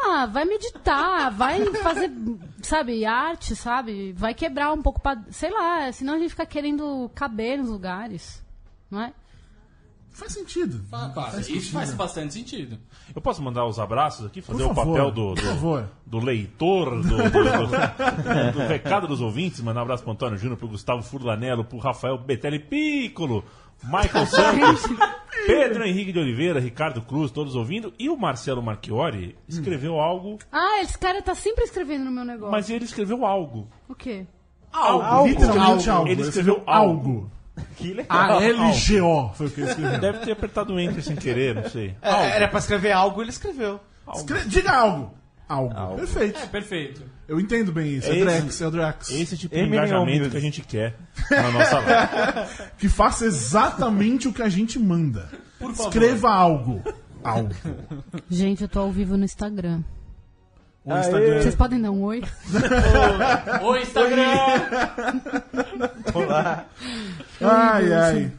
Ah, vai meditar, vai fazer, sabe, arte, sabe? Vai quebrar um pouco, pra, sei lá, senão a gente fica querendo caber nos lugares, não é? Faz sentido. Ah, claro, isso faz bastante sentido. Eu posso mandar os abraços aqui, fazer Por o favor, papel do, por do, favor. do leitor, do, do- do- do recado dos ouvintes. Mandar um abraço pro Antônio Júnior, pro Gustavo Furlanello, pro Rafael Betelli Piccolo, Michael Santos, Pedro Henrique de Oliveira, Ricardo Cruz, todos ouvindo. E o Marcelo Marchiori escreveu algo, Ah, esse cara tá sempre escrevendo no meu negócio. mas ele escreveu algo. O quê? Algo. Literalmente algo. Ele escreveu algo. Que legal. A-L-G-O foi o que ele escreveu. Deve ter apertado o enter sem querer, não sei. É, Era pra escrever algo, ele escreveu. Escre- Diga algo. Algo. Perfeito. É, perfeito. Eu entendo bem isso. É Esse- Drax, é o Drax. Esse tipo de é um Eminem engajamento Music. que a gente quer na nossa live. Que faça exatamente o que a gente manda. Escreva algo. Algo. Gente, eu tô ao vivo no Instagram. O Instagram. Vocês podem dar um oi? Oi, Instagram! É Olá. Ai, ai.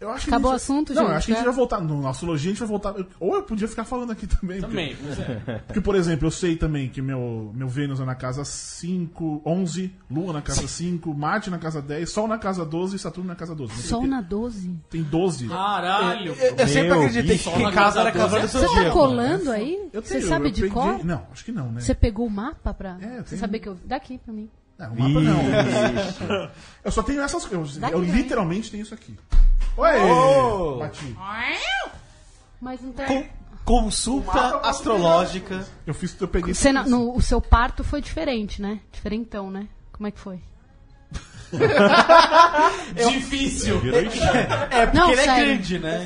Eu acho que um assim. Acabou a o assunto, não, gente, eu acho que a gente né? vai voltar. No nosso lojinha a gente vai voltar. eu- Ou eu podia ficar falando aqui também. porque- Também, pois é. Porque, por exemplo, eu sei também que meu, meu Vênus é na casa 5, 11, Lua na casa 5, Marte na casa 10, Sol na casa 12 e Saturno na casa 12. Não sei Sol por quê. na 12ve. Tem 12. Caralho! Eu, eu sempre Meu acreditei bicho. que quem casa era Só na cavalo do Você tá Zodíaco. colando aí? Eu Você tenho, sabe eu de aprendi- cor? Não, acho que não, né? Você pegou o mapa pra É, eu você tenho. saber que eu. Daqui pra mim. Não, o mapa não. Eu só tenho essas coisas. Dá Eu, aqui, né? literalmente tenho isso aqui. Oi! Oh! Bati. Mas não tem. Com- Consulta astrológica. Eu fiz, eu peguei Você na- no- o seu parto foi diferente, né? Diferentão, né? Como é que foi? é, um Difícil! Virou isso. É, porque Não, ele é sério. grande, né?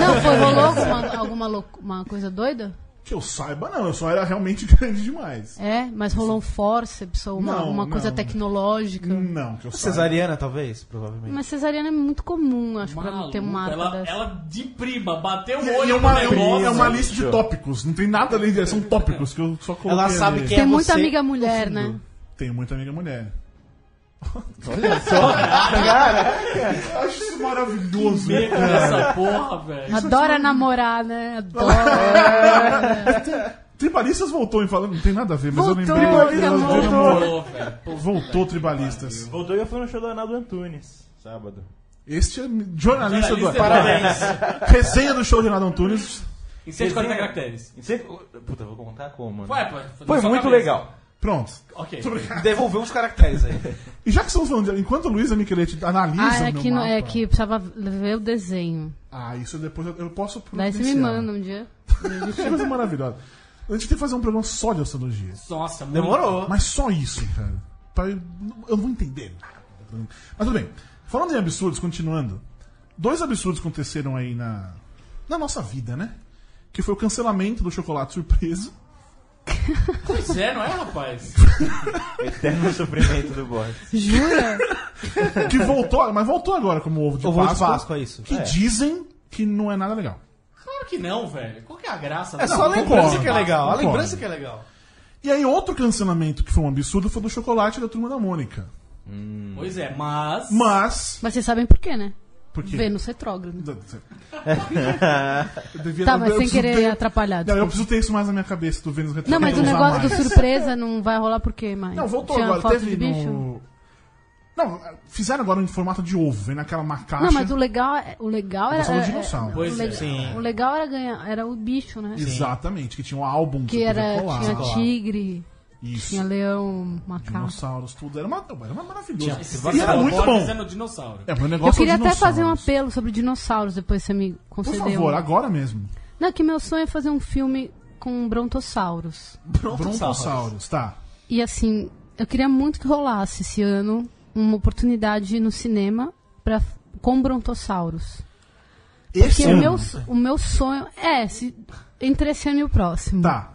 Não, foi, rolou alguma, alguma louco- uma coisa doida? que eu saiba, não. Eu só era realmente grande demais. É, mas rolou um forceps ou uma, Não, alguma coisa não. tecnológica. Não, que eu saiba. Cesariana, talvez, provavelmente. Mas cesariana é muito comum, acho, pra Maluco, ter uma arca ela, dessa. ela de prima, bateu E o é um olho uma, é no uma- é uma negócio. lista de tópicos. Não tem nada além disso. São tópicos que eu só coloquei. Ela sabe ali. quem é Tem muita você amiga no mulher, fundo. né? Tenho muita amiga mulher. Acho isso maravilhoso. Vê com essa porra, velho. é um- Adora namorar, né? Adora. Tribalistas voltou e falando, não tem nada a ver, mas eu Voltou, lembrei. Tribalistas Elas viram voltou. amor. Pô, velho. Voltou, Tribalistas. Voltou e eu fui no show do Arnaldo Antunes, sábado. Este é jornalista, do Jornalista Parabéns. Resenha do show de Renato Antunes. Em 140 caracteres. E sempre- Puta, vou contar como, né? Vai, pô, Foi só muito cabeça. legal. Pronto. Ok. Devolveu uns caracteres aí. E já que estamos falando, de- enquanto Luísa Micheletti analisa Ah, é o meu que, não- mapa, é que precisava ver o desenho. Ah, isso depois eu, eu posso Daí você me manda um dia. Que coisa maravilhosa. A gente tem que fazer um programa só de astrologia. Nossa, muito. Demorou. Mas só isso, cara. Pra- Eu não vou entender nada. Mas tudo bem. Falando em absurdos, continuando. Dois absurdos aconteceram aí na, na nossa vida, né? Que foi o cancelamento do chocolate surpresa. Pois é, não é, rapaz? Eterno sofrimento do Borges. Jura? Que voltou, mas voltou agora como ovo de Ovo de Páscoa. Páscoa, isso. Que É. dizem que não é nada legal. Claro que não, velho. Qual que é a graça? É Não, só a não lembrança concordo. que é legal. A Concordo. lembrança que é legal. E aí outro cancelamento que foi um absurdo foi do chocolate da Turma da Mônica. Pois é, mas... Mas... Mas vocês sabem por quê, né? Porque... Vênus retrógrado. Eu devia- Tá, mas eu sem preciso querer ter- atrapalhar. Não, eu desculpa. preciso ter isso mais na minha cabeça do Vênus Retrógrado. Não, mas o usar negócio do mais. surpresa não vai rolar por quê, mais? Não, voltou Tinha agora. foto Teve de bicho? no. Não, fizeram agora em formato de ovo, vem naquela macaca. Não, mas o legal, é- o legal era. Passava um era- dinossauro. o, Pois é. le- o legal era ganhar, era o bicho, né? Exatamente, que tinha um álbum Que você podia era, colar. tinha tigre, Isso. tinha leão, macaco. Dinossauros, tudo. Era, uma, era uma maravilhoso. Esse e era Vasco muito Borges É bom. no dinossauro. É, o negócio Eu é o queria até dinossauro. fazer um apelo sobre dinossauros, depois você me Por concedeu. um. favor, agora mesmo. Não, que meu sonho é fazer um filme com brontossauros. Brontossauros, tá. E assim, eu queria muito que rolasse esse ano uma oportunidade no cinema pra, com brontossauros. Porque Esse o ano. meu, o meu sonho é se, entre esse ano e o próximo. Tá.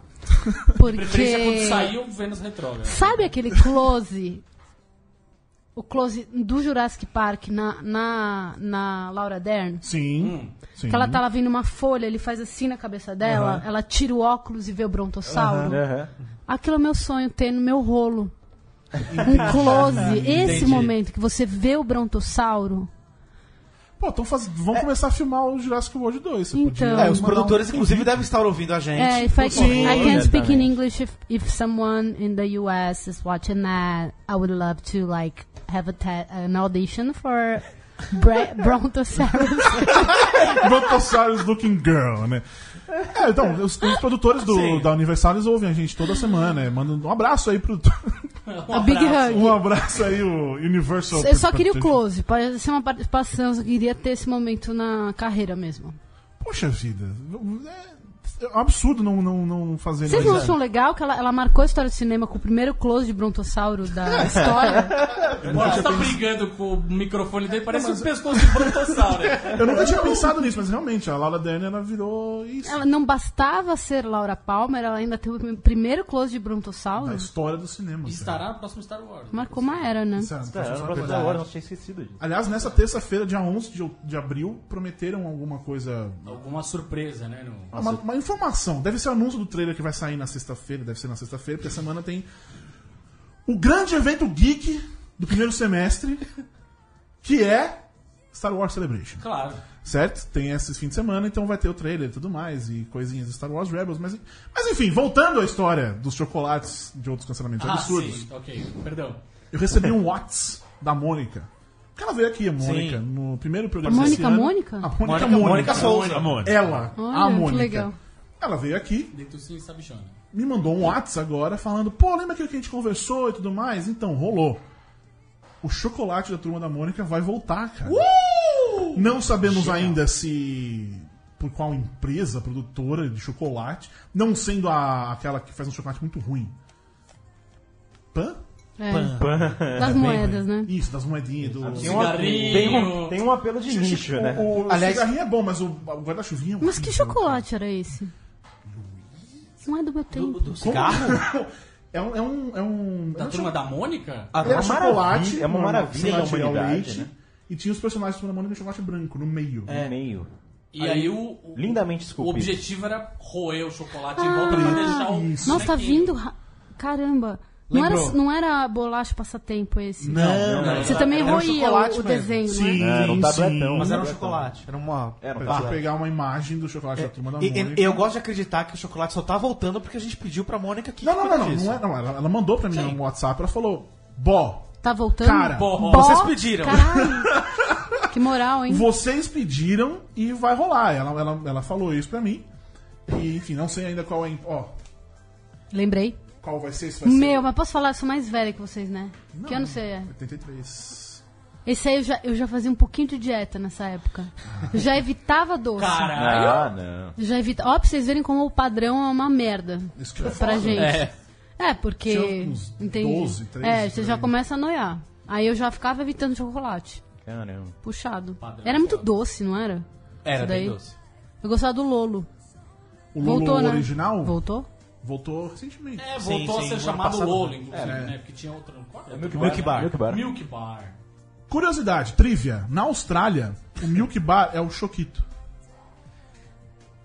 Preferência quando Porque. saiu o Vênus Retrógrado. Sabe aquele close? o close do Jurassic Park na, na, na Laura Dern? Sim. Hum. sim. Que ela tá lá vendo uma folha, ele faz assim na cabeça dela, ela tira o óculos e vê o brontossauro. Aquilo é o meu sonho ter no meu rolo. Um close, esse momento que você vê o brontossauro. Pô, então faz... vão É. começar a filmar o Jurassic World 2. Você podia Então. É, os mandar um- produtores, inclusive, devem estar ouvindo a gente. É, if I, Sim. I can't speak in English if, if someone in the US is watching that, I would love to like have a te- an audition for Bra- Brontosaurus. Brontossauros Looking Girl, né? É, então, os, os produtores do, da Universal eles ouvem a gente toda semana, né? Manda um abraço aí pro. a Big Hug. um abraço aí, o Universal. Eu só queria o Pictures. close, pode ser uma participação, eu queria ter esse momento na carreira mesmo. Poxa vida. É um absurdo não, não, não fazer Vocês não mais isso. acham legal que ela, ela marcou a história do cinema com o primeiro close de brontossauro da história? O Borges tá brigando com o microfone dele, parece um pescoço de brontossauro. né? Eu nunca tinha pensado nisso, mas realmente, a Laura Dern ela virou isso. Ela não bastava ser Laura Palmer, ela ainda teve o primeiro close de Da brontossauro. história do cinema. assim. E cara. Estará no próximo Star Wars. Marcou uma era, né? Sério, não Cara, posso era falar Então, pra coisa. toda hora, Tá, eu tinha esquecido disso. Aliás, nessa terça-feira, dia 11 de, de abril, prometeram alguma coisa Alguma surpresa, né? no- Ah, Uma, uma informação. Deve ser o anúncio do trailer que vai sair na sexta-feira. Deve ser na sexta-feira, porque a semana tem um o grande evento geek do primeiro semestre, que é Star Wars Celebration. Claro. Certo? Tem esse fim de semana, então vai ter o trailer e tudo mais, e coisinhas do Star Wars Rebels. Mas, mas enfim, voltando à história dos chocolates de outros cancelamentos Ah, absurdos. sim, ok. Perdão. Eu recebi um Whats da Mônica. Porque ela veio aqui, a Mônica, Sim. no primeiro programa A desse Mônica ano. Mônica? A Mônica Mônica- Mônica. Mônica Souza. A Mônica. Ela, Olha, a que Mônica. legal. Ela veio aqui, Dentucinho e Sabichona. me mandou um Whats agora falando, pô, lembra aquilo que a gente conversou e tudo mais? Então, rolou. O chocolate da turma da Mônica vai voltar, cara. Uh! Não sabemos ainda se. por qual empresa produtora de chocolate. Não sendo a, aquela que faz um chocolate muito ruim. Pan? É. Das moedas, né? Isso, das moedinhas do. é Tem um, Cigarrinho. tem, um, tem um apelo de nicho, né? O, o Aliás- cigarrinho é bom, mas o, o guarda-chuvinha é Mas que horrível, chocolate era esse? Não é do meu tempo. Do cara. cigarro? Como? É um. É um, é um Da é um turma da Mônica? Ah, Era uma chocolate. maravilha- é uma um maravilha da chocolate ao humanidade, leite, né? E tinha os personagens do Turma da Mônica e um chocolate branco no meio. É. meio. E aí, o, o- Lindamente o esculpido. objetivo era roer o chocolate em volta pra deixar o. isso. Nossa, tá sequinho. vindo. ra- Caramba. Não era, Lembrou. não era bolacha passatempo esse? Não, não, Você era- também era um roía o, chocolate o mesmo. desenho, Sim, né? É, era um sim. tabletão. Mas era um Não, então. chocolate, era uma. Era um Deixa eu chocolate. pegar uma imagem do É, chocolate da Turma da E- Mônica. e- eu gosto de acreditar que o chocolate só tá voltando porque a gente pediu pra Mônica que. Não, não, não, não. disso. não, é- não, ela, ela mandou pra mim Sim. no WhatsApp, ela falou, Bó, Tá voltando? Cara, Bom, Bó- vocês pediram. Caralho. que moral, hein? vocês pediram e vai rolar. Ela, ela, ela falou isso pra mim. E, enfim, não sei ainda qual é. Ó, Lembrei. qual vai ser, se vai Meu, mas posso falar? Eu sou mais velha que vocês, né? ser. Que ano você é? 83. Esse aí eu já, eu já fazia um pouquinho de dieta nessa época. Eu já evitava doce. Caralho. Ah, não. Eu Já evita... Ó, pra vocês verem como o padrão é uma merda Isso que eu ia pra falar. gente. É, porque. Tinha uns Entendi. 12, 13, é, você por já aí. começa a noiar. Aí eu já ficava evitando chocolate. Caramba. Puxado. Padrão, era muito foda. doce, não era? Era Isso bem doce. Eu gostava do Lolo. O Lolo Voltou, né? original Voltou? voltou recentemente. É, Sim, sim, voltou a ser ano chamado passado. Lolo, inclusive, É. né? Porque tinha outro. Qual era? Milk bar, Milk Bar. Milk Bar. Milk Bar. Curiosidade, trivia. Na Austrália, o Milk Bar é o Choquito.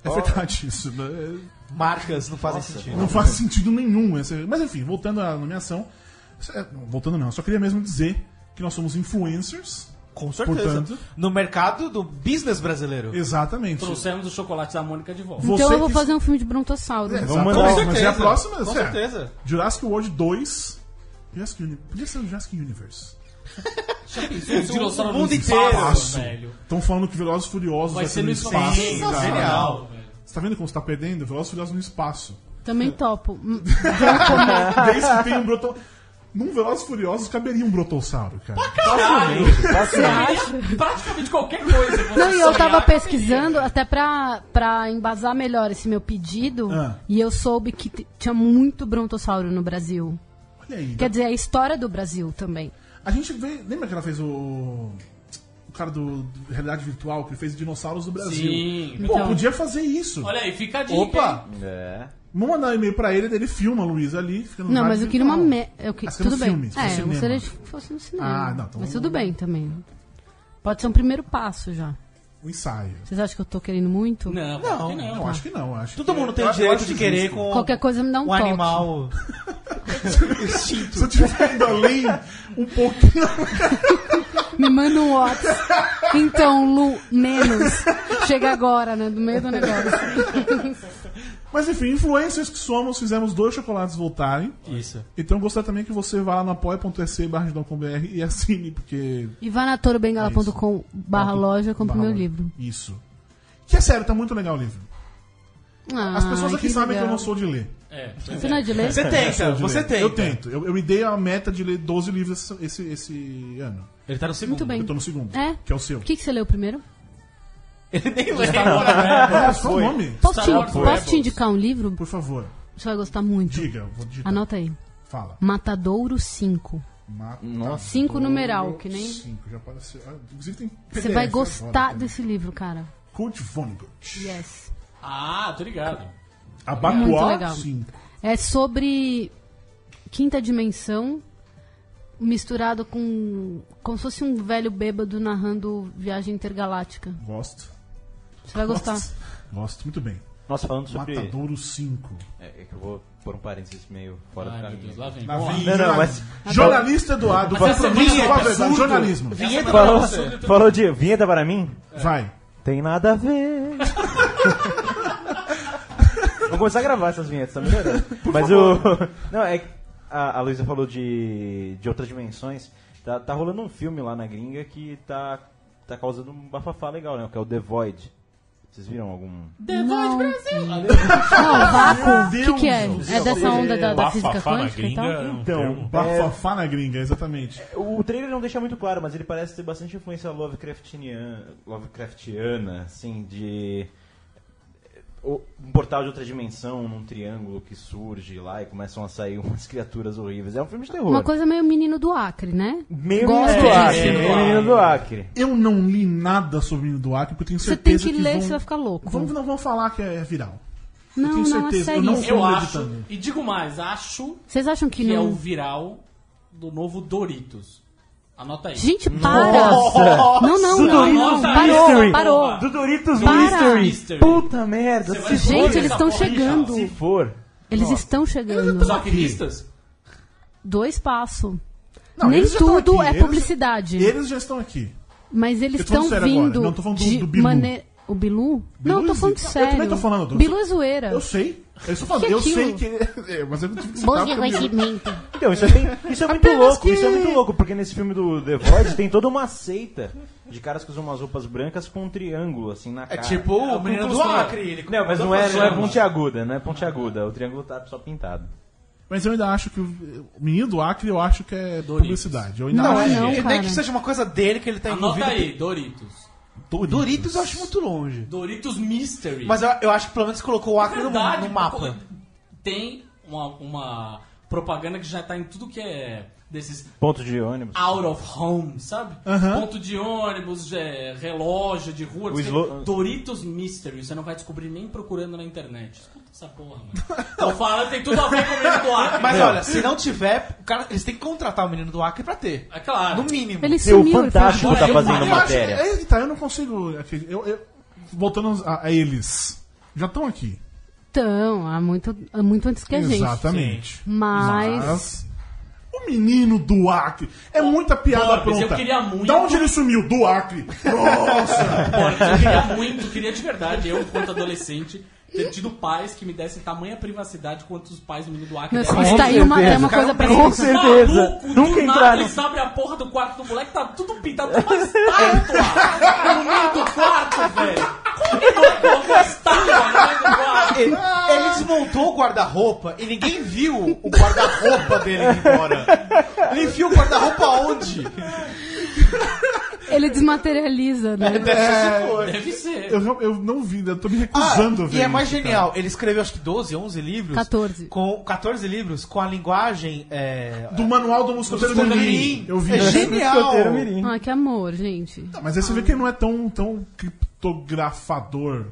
É verdade isso. né? Marcas não fazem sentido. Não faz sentido nenhum. essa- Mas enfim, voltando à nomeação. é, Voltando não, eu só queria mesmo dizer que nós somos influencers. Com certeza. Portanto- no mercado do business brasileiro. Exatamente. Trouxemos o chocolate da Mônica de volta. Você então eu vou que- fazer um filme de brontossauro. Exato, Vamos mandar- mas um é a próxima. Com é. certeza. Jurassic World 2. Jurassic Uni... Podia ser o Jurassic Universe. Os dinossauros mundo no inteiro. espaço, velho. Estão falando que Velozes e Furiosos Vai ser no no espaço. cara. Genial, velho. Você tá vendo como você tá perdendo? Velozes e Furiosos no espaço. Também topo. Hum, Desde que tem um broto... Num Velozes e Furiosos caberia um brotossauro, cara. Você acha? Praticamente qualquer coisa. você Não, e eu sonhar, caberia. tava pesquisando até pra, pra embasar melhor esse meu pedido. Ah. E eu soube que t- tinha muito brontossauro no Brasil. Olha aí. então. Quer dizer, a história do Brasil também. A gente vê... Lembra que ela fez o... O cara do, do Realidade Virtual, que fez Dinossauros do Brasil. Sim. Pô, Então- podia fazer isso. Olha aí, fica a dica. Opa! É. Vamos mandar um e-mail pra ele, daí ele filma a Luísa ali. Fica no Não, Realidade mas eu queria uma. Virtual. Me... Eu que... Mas Tudo no bem. um filme, no é, eu cinema. gostaria que fosse no cinema. Ah, não, então- Mas tudo bem também. Pode ser um primeiro passo já. O Um ensaio. Vocês acham que eu tô querendo muito? Não, claro que Não, não. né? acho que não. Acho Todo que- é. mundo tem eu- o eu direito acho de querer justo. com Qualquer coisa me dá um um toque. animal. Se eu tiver indo além um pouquinho. Me manda um WhatsApp. Então, Lu, menos. Chega agora, né? Do meio do negócio. Mas enfim, influencers que somos, fizemos dois chocolates voltarem. Isso. Então eu gostaria também que você vá lá no apoia.se barra judão.com.br e assine, porque. tá E vá na torobengala.com barra loja, compra o meu É barra- livro. Isso. Que é sério, tá muito legal o livro. As Ah, pessoas aqui sabem que eu legal. não sou de ler. É, pois Você é. não é de ler? Você tenta, De você ler. tenta. Eu tento. Eu, eu me dei a meta de ler 12 livros esse, esse, esse ano. Ele tá no segundo. Muito bem. Eu tô no segundo. É? Que é o seu. O que, que você leu primeiro? Ele nem lê. Tá né? Ah, qual o nome? Posso, Star te, Wars posso te Rebels. indicar um livro? Por favor, Você vai gostar muito. diga. eu Vou digitar. Anota aí. Fala. Matadouro 5. Mata Nossa. Cinco numeral, que nem- Cinco, já apareceu. Ah, Inclusive tem Você PDF vai agora gostar também. desse livro, cara. Kurt Vonnegut. Yes. Ah, tô ligado. Muito Abacuá legal. 5. É sobre quinta dimensão misturado com como se fosse um velho bêbado narrando viagem intergaláctica. Gosto. Você vai gostar. Gosto. Gosto, muito bem. Nós falando sobre. Matadouro 5. É, é que eu vou pôr um parênteses meio fora do Ai, meu caminho. Deus, lá vem. Na Vamos lá. vinha, Não, não, mas- Jornalista Eduardo, Mas essa compromisso vinheta com a é verdade. absurdo. Jornalismo. Vinheta Falou, pra você. falou de vinheta para mim? Vai. Tem nada a ver. Vou começar a gravar essas vinhetas, tá melhorando. Mas o. Não, é que a, a Luísa falou de, de outras dimensões. Tá, tá rolando um filme lá na gringa que tá, tá causando um bafafá legal, né? Que é o The Void. Vocês viram algum. Não. Não, vácuo. O Meu que, que é? Deus do É dessa onda da, da física Bafafá na quântica e gringa tal? é um Então, termo. bafafá na gringa, exatamente. O trailer não deixa muito claro, mas ele parece ter bastante influência Lovecraftiana, Lovecraftiana assim, de o- um portal de outra dimensão, num triângulo que surge lá e começam a sair umas criaturas horríveis. É um filme de terror. Uma coisa meio menino do Acre, né? Meio Gosto menino do disso. Acre, É, meio menino do Acre. Eu não li nada sobre o Menino do Acre, porque eu tenho Você tem certeza que ler, vão... você vai ficar louco. Vamos, não vão falar que é viral. não, tenho não, é certeza, eu sério. não isso. sou- Eu Vamos acho, editando. e digo mais, acho Vocês acham que, que é não... o viral do novo Doritos. Anota aí. Gente, para! Não, não, não, não. Nossa, Parou, Mystery. parou. Do Doritos Para. Mystery. Mystery. Puta Você merda, se vai- for. Gente, eles Essa estão porra, chegando. Se for. Eles estão chegando. Os alquimistas? Dois passos. Não, Nem eles já estão tudo aqui, é eles já- publicidade. Eles já estão aqui. Mas eles Eu tô falando estão sério agora, vindo não tô falando do- de do Bilu. maneira... O Bilu? não, eu tô existe. falando Eu sério. também tô falando do- Bilu é zoeira. Eu sei. Eu, só falando, Que eu aquilo? sei que ele. É, mas eu não tive que citar porque eu- Então, isso é, bem- isso é muito Apenas louco, que- isso é muito louco, porque nesse filme do The Void tem toda uma seita de caras que usam umas roupas brancas com um triângulo, assim, na É cara. tipo o menino do Acre. ele- Não, mas não é, não é ponte aguda, não é ponte aguda. O triângulo tá só pintado. Mas eu ainda acho que o o Menino do Acre eu acho que é publicidade. Eu ainda Não, acho é, é não, nem cara. que seja uma coisa dele que ele tá envolvido. Anota aí, Doritos. Doritos. Doritos eu acho muito longe. Doritos Mystery. Mas eu, eu acho que pelo menos colocou o Acre no, É Verdade, é no mapa. Tem uma, uma propaganda que já tá em tudo que é desses Ponto de ônibus. out of home, sabe? Aham. Ponto de ônibus, é, relógio de rua. O diz que slo- Doritos Mystery, você não vai descobrir nem procurando na internet. Escuta essa porra, mano. Tô falando, tem tudo a ver com o menino do Acre. Mas É. olha, se não tiver, o cara, eles têm que contratar o menino do Acre pra ter. É claro. No mínimo. Ele Seu sumiu. ele foi Fantástico embora. tá Eu fazendo acho- Eu acho que- matéria. é que tá, eu não consigo. acreditar. Eu, eu- voltando a, a eles. Já estão aqui. Então, há muito, há muito antes que a gente. Exatamente. Mas... Mas. O menino do Acre. É muita piada Boris, pronta. eu queria muito- Da onde ele sumiu? Do Acre. Nossa! Boris, eu queria muito, queria de verdade, eu, enquanto adolescente, ter tido pais que me dessem tamanha privacidade quanto os pais do menino do Acre Meu deram. filho, isso daí é uma, é uma Cara, coisa com pra Com gente. certeza. Maluco, Nunca do nada entraram. Eles abrem a porra do quarto do moleque, tá tudo pintado, tá uma É. estátua no meio do quarto, velho. Como que não é que eu vou estátua no meio do quarto? Ele, ele desmontou o guarda-roupa e ninguém viu o guarda-roupa dele indo embora. Ele enfia o guarda-roupa onde? Ele desmaterializa, né? É. Dessa se foi. Deve ser. Eu, não- eu não vi, eu tô me Ah, recusando a ver. e é mais isso, cara. genial, ele escreveu acho que 12, 11 livros. 14. Com, 14 livros com a linguagem. É, Do manual do mosqueteiro Do Mirim. Mirim. Eu vi. É isso. genial. Escoteiro mirim. Ah, que amor, gente. Mas aí você vê que ele não é tão, tão criptografador.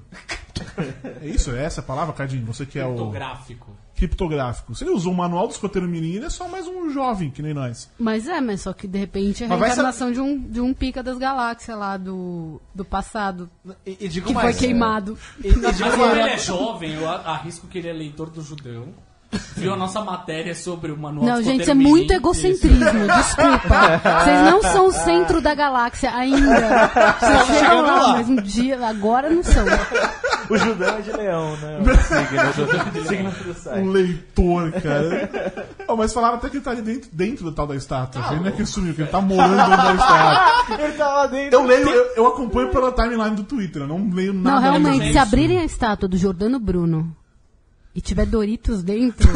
É isso? É essa a palavra, Cadinho? Você que é um o Fotográfico. criptográfico. Se ele usou o manual do escoteiro mirim, ele é só mais um jovem, que nem nós. Mas é, mas só que de repente é a Mas vai reencarnação de, um, de um pica das galáxias lá do, do passado, E, e digo que mais. foi queimado. E, e digo Mas como mais, ele é tipo- jovem, eu a- arrisco que ele é leitor do judeu. Viu a nossa matéria sobre o manual Não, do gente, é Escoteiro muito Mirim. egocentrismo, desculpa. Vocês não são o centro da galáxia ainda. Tá Vocês chegam chegando lá, lá. mas um dia, agora não são. O Judão é de leão, né? O signo do, signo do Um site. leitor, cara. Ó, mas falaram até que ele tá ali dentro, dentro do tal da estátua. ele não é que sumiu, que ele tá morando dentro da estátua. Ele tá lá dentro. Eu leio, eu, eu acompanho pela timeline do Twitter, eu não leio nada. Não, realmente, se disso. abrirem a estátua do Jordano Bruno e tiver Doritos dentro,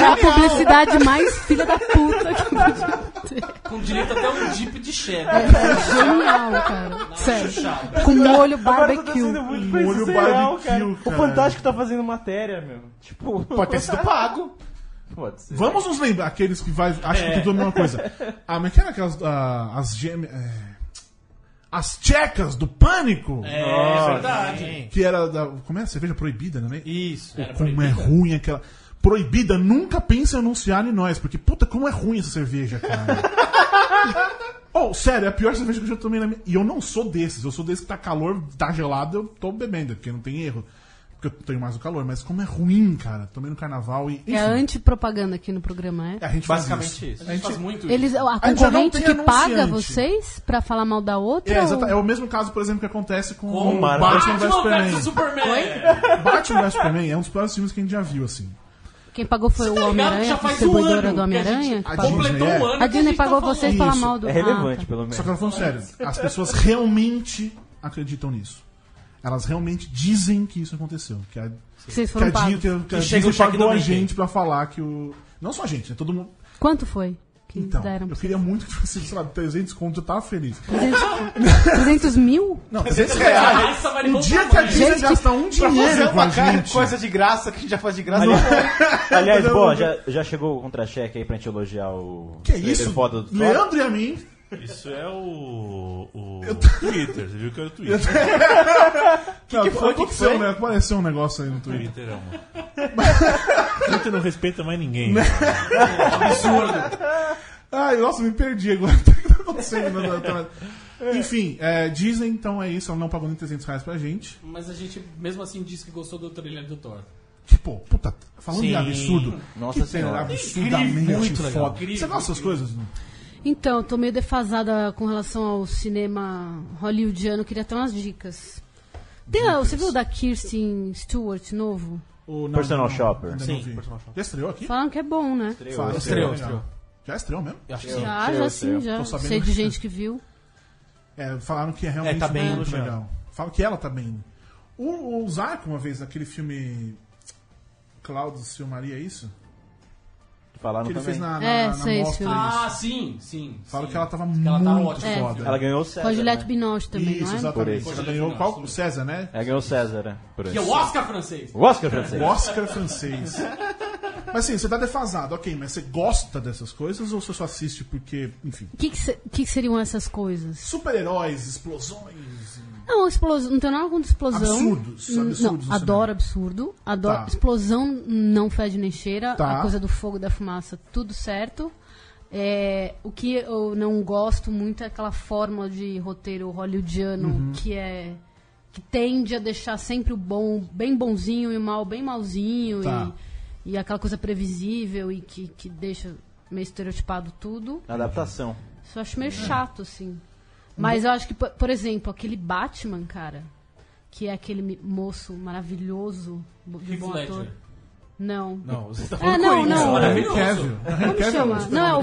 é a publicidade mais filha da puta que podia ter. Com direito até um jeep de cheddar. É genial, cara. Sério. Com assim. molho Agora eu tô barbecue. sendo tá muito Molho coisa serial, barbecue, cara. cara. O Fantástico tá fazendo matéria, meu. Tipo, Pode ter sido pago. pode ser. Vamos nos lembrar, aqueles que vai, acham que tudo é a mesma coisa. Ah, mas que era aquelas. ah, as gêmeas. é, as tchecas do pânico! É verdade. Que era da. Como é? Cerveja proibida, né? Isso. Era Como proibido. é ruim aquela. Proibida, nunca pensa em anunciar em nós, porque puta, como é ruim essa cerveja, cara. Oh, sério, é a pior cerveja que eu já tomei na minha. E eu não sou desses, eu sou desse que tá calor, tá gelado, eu tô bebendo, porque não tem erro. Porque eu tenho mais o calor, mas como é ruim, cara. Tomei no carnaval e. Enfim, É a antipropaganda aqui no programa, é? a gente faz Basicamente isso. isso. A gente faz muito Eles, isso. a A gente já não concorrente tem que paga anunciante. vocês pra falar mal da outra? É, ou- exata- é o mesmo caso, por exemplo, que acontece com, Com o Batman um Batman vs Superman. versus Superman. Batman vs Superman é um dos piores filmes que a gente já viu, assim. Quem pagou foi Você tá o ligado que Homem-Aranha, já a faz um distribuidora ano do que a Homem-Aranha? gente- que A pagou. Disney- Completou um É. ano que A Disney gente tá pagou falando. vocês Ah, pra falar Isso, mal do É relevante, pelo menos. Só que eu tô falando sério, as pessoas realmente acreditam nisso. Elas realmente dizem que isso aconteceu. Que a, Ah, que vocês que a, foram Disney, pagos. que a- que a E chega Disney o cheque do pagou a Mickey. gente pra falar que o. Não só a gente, né? Todo mundo. Quanto foi? Que Então, deram eu pra queria muito que fosse, sei lá, 300 conto, eu tava feliz. 300 mil? Não, 300 é reais. Essa vale Um pouco dia que a mais. Disney Gente, gasta um Pra fazer dinheiro com a é uma cara, gente. coisa de graça que a gente já faz de graça. Aliás, Não, boa, não. já, já chegou o contra-cheque aí pra gente elogiar o. Que trailer isso? é Foda do Thor? Leandro e a mim. Isso é o. o Twitter, você viu que era o Twitter. O que foi? Que Aconteceu, que foi? né? Apareceu um negócio aí no Twitter. Twitter é uma. Twitter não respeita mais ninguém. Né? Ai, nossa, me perdi agora. O que tá acontecendo? Não, não, tá- Enfim, é, dizem então é isso. Ela não pagou nem 300 reais pra gente. Mas a gente, mesmo assim, disse que gostou do trailer do Thor. Tipo, puta, falando de Sim. absurdo. Nossa que trailer Senhora. absurdamente Incrível, muito legal. foda. Incrível, Você gosta dessas coisas? Não? Então, eu tô meio defasada com relação ao cinema hollywoodiano. Queria ter umas dicas. Tem, ah, você viu o da Kirsten Stewart novo? Ou não, Personal não, Shopper. ainda não Sim, vi. personal shopper. Já estreou aqui? Falaram que é bom, né? Fala, Estreou, legal. estreou. Já estreou mesmo? Eu acho que sim. Já, sei, já eu sei, sim, eu já. tô sabendo. Sei de gente que viu. É, falaram que é realmente É, tá bem muito elogiado. legal. Falam que ela tá bem. O, o Zarco, uma vez, naquele filme Cláudio Silmaria, é isso? Falaram Que ele também. fez na, na, É, na sei, mostra. sim. isso. Ah, sim, sim. Falam sim. que ela tava Que muito ela tava ótima. foda. Ela ganhou o César. Com a Juliette né? Binoche É, também, Isso, não é? exatamente. Por Ela isso. ganhou qual? O César, né? Ela ganhou o César, né? Por Que é o isso. Oscar francês. O Oscar é francês. O Oscar francês. Mas assim, você tá defasado, ok, mas você gosta dessas coisas ou você só assiste porque, enfim. O que, que, se- que que seriam essas coisas? Super-heróis, explosões. e- Não, explosão, É não tem nada contra explosão. Absurdos, N- absurdos no Não, adoro cinema. absurdo. Adoro. Tá. Explosão não fede nem cheira. Tá. A coisa do fogo e da fumaça, tudo certo. É, o que eu não gosto muito é aquela forma de roteiro hollywoodiano Uhum. que é. que tende a deixar sempre o bom bem bonzinho e o mal bem malzinho. Tá. E, e aquela coisa previsível e que, que deixa meio estereotipado tudo. Adaptação. Isso eu acho É. meio chato, assim. Mas eu acho que, po- por exemplo, aquele Batman, cara, que é aquele mi- moço maravilhoso bo- de Heath bom ator. Ledger. Não. Não, você tá Ah, não, não. Maravilhoso. Kevin. Como chama? tá Não, é o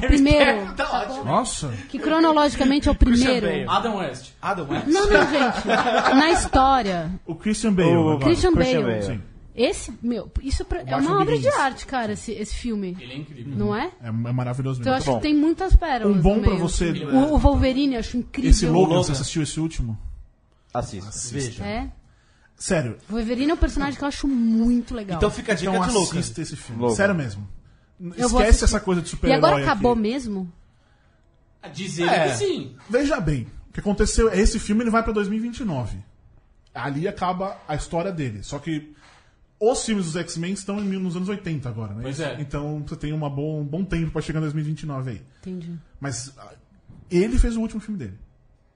primeiro. Tá ótimo. Nossa. Que cronologicamente é o primeiro. Bale. Adam West. Adam é? West. Não, não, gente. Na história. O Christian Bale. O né? agora. Christian Christian Bale. Bale. Sim. Esse, meu, isso pra- é Batman uma obra de Begins. arte, cara, esse, esse filme. Ele é incrível. Não é? É, é maravilhoso Então eu mesmo. acho bom. que tem muitas pérolas. Um bom no pra meio. você, O, o Wolverine eu acho incrível. Esse é Logan, Logan. você assistiu esse último? Assista. Veja. É. Sério. O Wolverine é um personagem que eu acho muito legal. Então fica a dica Então de Lucas. assista esse filme. Logan. Sério mesmo. Eu vou Esquece assistir. essa coisa de E super-herói agora acabou aqui. mesmo? Hum. Diz ele É. que sim. Veja bem, o que aconteceu é esse filme ele vai pra 2029. Ali acaba a história dele. Só que os filmes dos X-Men estão em mil- nos anos 80 agora, né? Pois é. Então você tem uma bom, um bom tempo pra chegar em 2029 aí. Entendi. Mas ah, ele fez o último filme dele.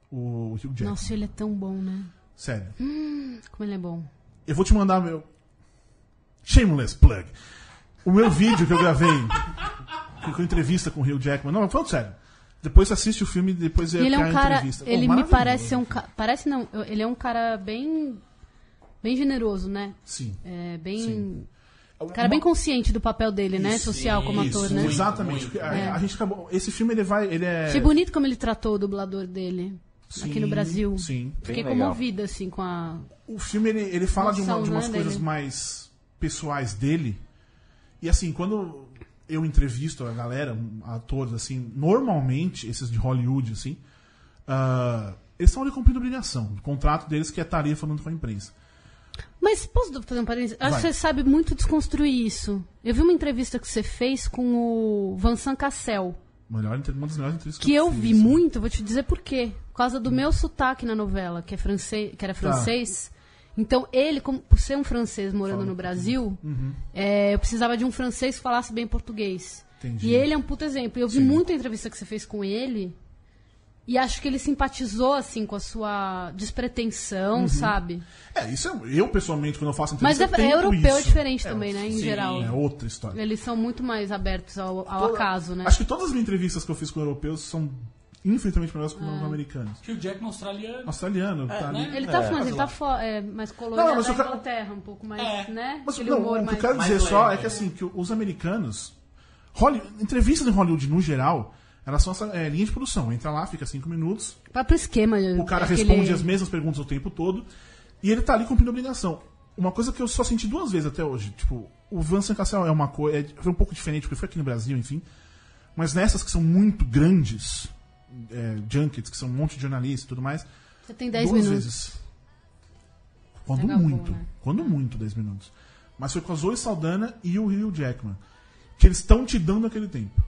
O Hugh Jackman. Nossa, ele é tão bom, né? Sério. Como ele é bom. Eu vou te mandar meu. Shameless plug. O meu vídeo que eu gravei com- com entrevista com o Hugh Jackman. Não, falando sério. Depois você assiste o filme e depois E ele é cai um a cara. entrevista. Pô, Ele me maravilhoso. parece ser um cara. Parece não. eu- Ele é um cara bem. Bem generoso, né? Sim. É, bem. Sim. Um cara bem consciente do papel dele, né? Isso, Social como isso, ator, né? É. muito. Exatamente. muito. A, a gente acabou. Esse filme ele vai. Ele é. Achei bonito como ele tratou o dublador dele Sim, Tipo aqui no Brasil. Sim. Fiquei legal. comovida, assim, com a. O filme ele, ele fala de, uma- de umas Noção, né, coisas dele? mais pessoais dele. E assim, quando eu entrevisto a galera, atores, assim, normalmente, esses de Hollywood, assim, ah, eles estão ali cumprindo obrigação. O contrato deles que é tarefa falando com a imprensa. Mas posso fazer um parênteses? Acho Vai. que você sabe muito desconstruir isso. Eu vi uma entrevista que você fez com o Vincent Cassel. Melhor, entre- uma das melhores entrevistas que eu fiz, vi assim. muito, vou te dizer por quê. Por causa do meu sotaque na novela, que, é francês, Tá. que era francês. Então, ele, como, por ser um francês morando no Brasil, Uhum. é, eu precisava de um francês que falasse bem português. Entendi. E ele é um puto exemplo. Eu vi muita entrevista que você fez com ele. E acho que ele simpatizou, assim, com a sua despretensão, Uhum. sabe? É, isso é. Eu, pessoalmente, quando eu faço Mas entrevista. é, eu tento é europeu é isso. diferente também, né? Em sim. geral. É outra história. Eles são muito mais abertos ao, ao acaso, né? Acho que todas as minhas entrevistas que eu fiz com europeus são infinitamente melhores que com É. os americanos. Que o Jackman australiano. Australiano, tá ali. né? Ele tá, falando, ele tá fo- é, mais colorido Não, mas da eu quero- Inglaterra, um pouco mais, É. né? Mas Aquele não, humor o que eu mais... quero mais dizer só leve, é que é. assim, que os americanos. Hollywood, entrevistas em Hollywood, no geral, elas são essa é, linha de produção. Entra lá, fica cinco minutos, O próprio esquema. o cara É, aquele- responde as mesmas perguntas o tempo todo, e ele tá ali cumprindo a obrigação. Uma coisa que eu só senti duas vezes até hoje, tipo, o Van San Cassel é uma coisa. É, foi um pouco diferente, porque foi aqui no Brasil, enfim. Mas nessas que são muito grandes, é, junkets, que são um monte de jornalistas e tudo mais, Você tem 10 duas minutos. vezes. Quando Legal, bom, muito. né? Quando muito, 10 minutos. Mas foi com a Zoe Saldana e o Hugh Jackman. Que eles estão te dando aquele tempo.